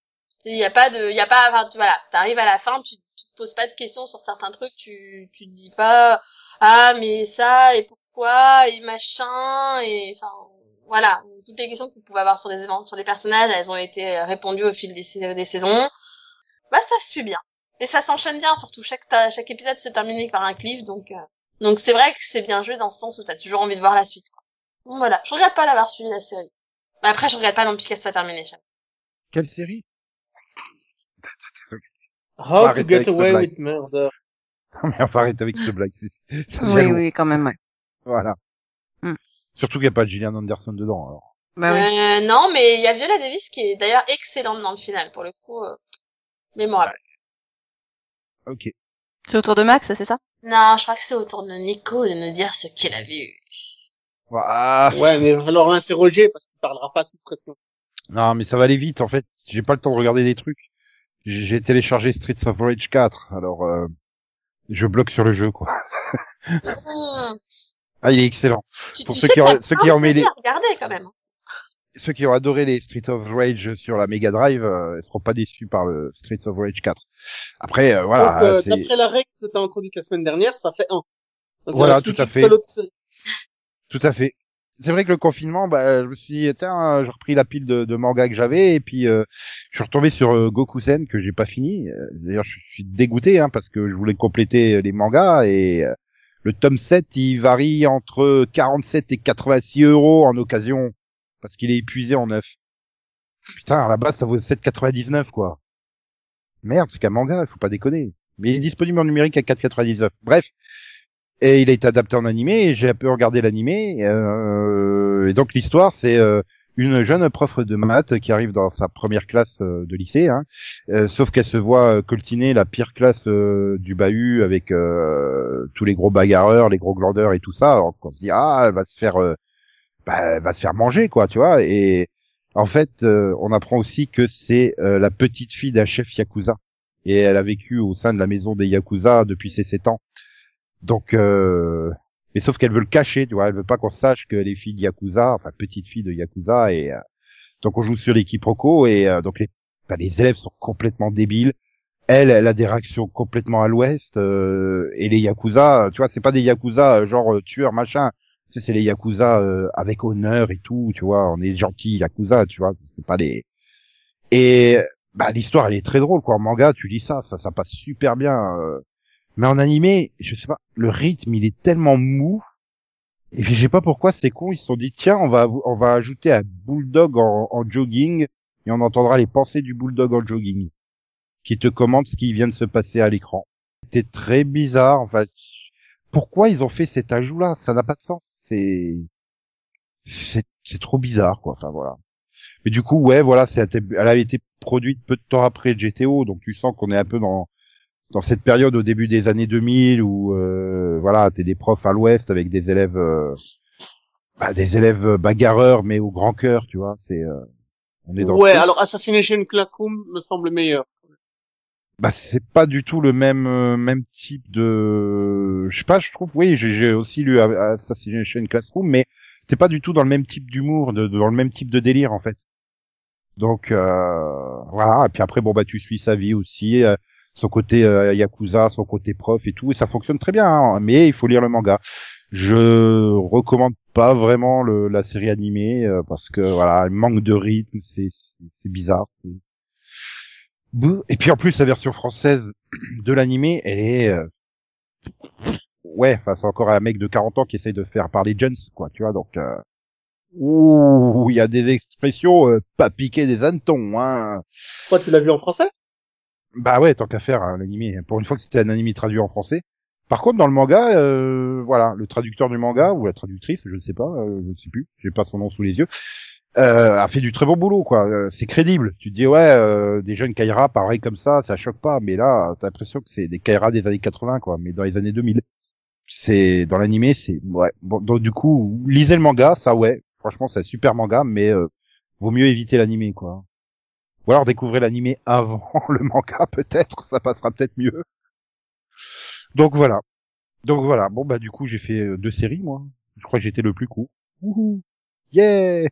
il y a pas de il y a pas enfin, tu- voilà t'arrives à la fin tu, tu te poses pas de questions sur certains trucs tu tu te dis pas ah mais ça et pourquoi et machin et enfin voilà toutes les questions que vous pouvez avoir sur les événements sur les personnages elles ont été euh, répondues au fil des, sais- des saisons bah ça se suit bien et ça s'enchaîne bien surtout chaque ta- chaque épisode se termine par un cliff donc euh, donc c'est vrai que c'est bien joué dans ce sens où t'as toujours envie de voir la suite quoi. Bon, voilà je regrette pas l'avoir suivi la série Bah, après je regrette pas non plus qu'elle soit terminée Quelle série How to Arrêtez avec get cette away blague. with murder. Non, mais on va arrêter avec cette blague. c'est- ça Oui, gêne. oui, quand même, ouais. Voilà. Hmm. Surtout qu'il n'y a pas Gillian Anderson dedans, alors. Bah oui. Euh, non, mais il y a Viola Davis qui est d'ailleurs excellente dans le final, pour le coup, euh, mémorable. Ok. C'est autour de Max, c'est ça Non, je crois que c'est au tour de Nico de nous dire ce qu'il a vu. Ah, Ouais, mais va falloir l'interroger parce qu'il parlera pas sous pression. Non, mais ça va aller vite, en fait. J'ai pas le temps de regarder des trucs. J'ai j'ai téléchargé Streets of Rage 4, alors euh, je bloque sur le jeu, quoi. Hmm. Ah, il est excellent. Tu, Pour tu ceux sais qui qu'il y auraient- a ceux plein qui de ont mis séries les- à regarder, quand même. Ceux qui ont adoré les Streets of Rage sur la Mega Drive, euh, ils seront pas déçus par le Streets of Rage 4. Après, euh, voilà, Donc, euh, c'est- d'après la règle que t'as introduite la semaine dernière, ça fait un. Donc, il Voilà, reste tout plus à qu'une fait. seule autre série. Tout à fait. C'est vrai que le confinement, bah, je me suis dit, tiens, j'ai repris la pile de, de manga que j'avais et puis euh, je suis retombé sur euh, Gokusen que j'ai pas fini. Euh, D'ailleurs, je suis dégoûté hein, parce que je voulais compléter euh, les mangas et euh, le tome 7, il varie entre 47 et 86 euros en occasion parce qu'il est épuisé en neuf. Putain, à la base, ça vaut 7,99 quoi. Merde, c'est qu'un manga, il faut pas déconner. Mais il est disponible en numérique à 4,99. Bref, et il a été adapté en animé, et j'ai un peu regardé l'animé, euh, et donc l'histoire c'est euh, une jeune prof de maths qui arrive dans sa première classe euh, de lycée, hein, euh, sauf qu'elle se voit euh, coltiner la pire classe euh, du bahut avec euh, tous les gros bagarreurs, les gros glandeurs et tout ça, alors qu'on se dit ah elle va se faire, euh, bah, elle va se faire manger quoi, tu vois, et en fait euh, on apprend aussi que c'est euh, la petite fille d'un chef yakuza, et elle a vécu au sein de la maison des yakuza depuis ses sept ans. Donc, euh... mais sauf qu'elle veut le cacher, tu vois, elle veut pas qu'on sache qu'elle est fille de Yakuza, enfin petite fille de Yakuza, et euh, donc on joue sur les quiproquos, et euh, donc les, enfin, les élèves sont complètement débiles. Elle, elle a des réactions complètement à l'ouest, euh, et les Yakuza, euh, tu vois, c'est pas des Yakuza euh, genre euh, tueurs, machin, Tu sais, c'est les Yakuza euh, avec honneur et tout, tu vois, on est gentils Yakuza, tu vois, c'est pas les... Et bah l'histoire, elle est très drôle, quoi, en manga, tu lis ça, ça, ça passe super bien... euh, mais en animé, je sais pas, le rythme, il est tellement mou. Et puis, je sais pas pourquoi, c'est con, ils se sont dit, tiens, on va, on va ajouter un bulldog en, en jogging, et on entendra les pensées du bulldog en jogging, qui te commente ce qui vient de se passer à l'écran. C'était très bizarre, en fait. Pourquoi ils ont fait cet ajout-là? Ça n'a pas de sens. C'est, c'est, c'est trop bizarre, quoi. Enfin, voilà. Mais du coup, ouais, voilà, c'est, elle a été produite peu de temps après GTO, donc tu sens qu'on est un peu dans, dans cette période au début des années 2000 où euh, voilà t'es des profs à l'ouest avec des élèves euh, bah, des élèves euh, bagarreurs mais au grand cœur tu vois c'est euh, on est dans le Ouais, truc. alors Assassination Classroom me semble meilleur. bah c'est pas du tout le même euh, même type de je sais pas je trouve oui j'ai j'ai aussi lu A- Assassination Classroom mais t'es pas du tout dans le même type d'humour de- de- dans le même type de délire en fait donc euh, voilà et puis après bon bah tu suis sa vie aussi euh, son côté euh, yakuza son côté prof et tout et ça fonctionne très bien hein, mais il faut lire le manga je recommande pas vraiment le, la série animée euh, parce que voilà elle manque de rythme c'est c'est- c'est bizarre c'est Bouh. Et puis en plus, la version française de l'animé, elle est... euh, Ouais, enfin, c'est encore un mec de 40 ans qui essaye de faire parler Jones, quoi, tu vois, donc... euh, Ouh, il y a des expressions euh, pas piquer des hannetons, hein Toi, tu l'as vu en français Bah ouais, tant qu'à faire, hein, l'animé, pour une fois que c'était un animé traduit en français. Par contre, dans le manga, euh, voilà, le traducteur du manga, ou la traductrice, je ne sais pas, euh, je ne sais plus, j'ai pas son nom sous les yeux, euh, a fait du très bon boulot, quoi. Euh, C'est crédible. Tu te dis, ouais, euh, des jeunes Kaira, pareil comme ça, ça choque pas, mais là, t'as l'impression que c'est des Kaira des années 80, quoi, mais dans les années 2000. c'est dans l'animé, c'est ouais. Bon, donc du coup, lisez le manga, ça ouais. Franchement, c'est un super manga, mais euh, vaut mieux éviter l'animé quoi. Ou alors découvrez l'animé avant [LAUGHS] le manga peut-être, ça passera peut-être mieux. Donc voilà. Donc voilà. Bon bah du coup, j'ai fait euh, deux séries moi. Je crois que j'étais le plus court. Wouhou. Yeah.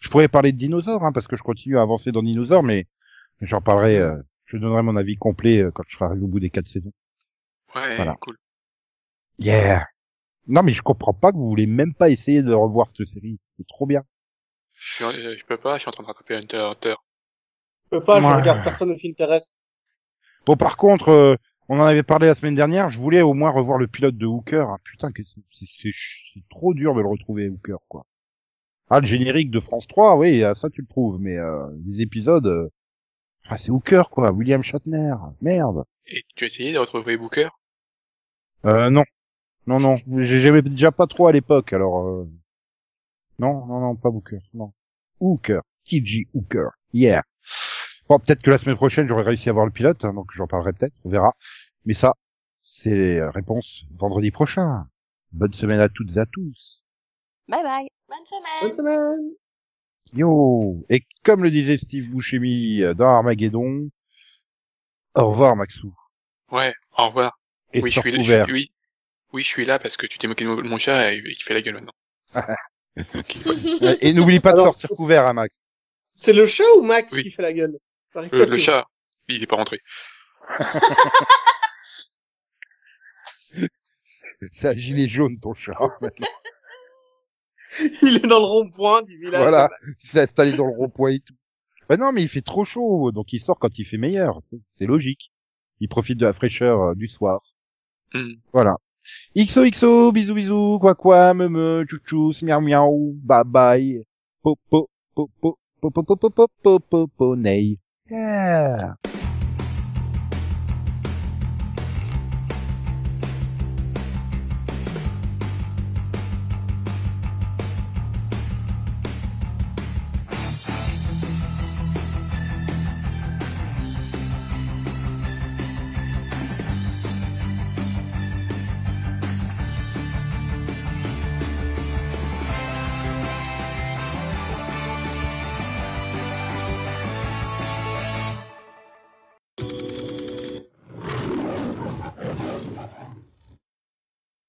Je pourrais parler de dinosaures hein, parce que je continue à avancer dans dinosaures, mais j'en parlerai. euh, je donnerai mon avis complet euh, quand je serai arrivé au bout des quatre saisons. Ouais, Voilà. cool. Yeah. Non mais je comprends pas que vous voulez même pas essayer de revoir cette série. C'est trop bien. Je, suis en- euh, je peux pas, je suis en train de rattraper Hunter x Hunter. Je peux Euh, pas, je Ouais. regarde personne ne t'intéresse. Bon, par contre, euh, on en avait parlé la semaine dernière, je voulais au moins revoir le pilote de Hooker. Ah, putain, que c'est c'est- c'est ch- c'est trop dur de le retrouver, Hooker, quoi. Ah, le générique de France 3, oui, ah, ça tu le trouves, mais euh, les épisodes... euh, Ah, c'est Hooker, quoi, William Shatner, merde. Et tu as essayé de retrouver Booker Euh, non. Non, non, j'ai- j'aimais déjà pas trop à l'époque, alors... euh, Non, non, non, pas Hooker, non. Hooker, TG Hooker, yeah. Bon, peut-être que la semaine prochaine, j'aurai réussi à voir le pilote, hein, donc j'en parlerai peut-être, on verra. Mais ça, c'est les euh, réponses vendredi prochain. Bonne semaine à toutes et à tous. Bye bye. Bonne Bonne semaine. semaine. Yo Et comme le disait Steve Buscemi euh, dans Armageddon, au revoir Maxou. Ouais, au revoir. Et oui, je sors suis, je suis- couvert. oui, oui, je suis là parce que tu t'es moqué de mon- mon chat et et tu fais la gueule maintenant. Euh, Et n'oublie pas de Alors, sortir c'est- couvert, hein, Max. C'est le chat ou Max Oui. qui fait la gueule Par Euh, le équation. chat, il est pas rentré. C'est un gilet jaune, ton chat. [LAUGHS] Oh, Il est dans le rond-point du village. voilà, il s'est installé dans le rond-point et tout. Bah non, mais il fait trop chaud, donc il sort quand il fait meilleur, c'est- c'est logique. Il profite de la fraîcheur euh, du soir. Hmm. Voilà. XOXO, bisous bisous, quoi quoi, me me, chouchous, miaou miaou, bye bye, po po po po po po po po po po po po ney. Yeah.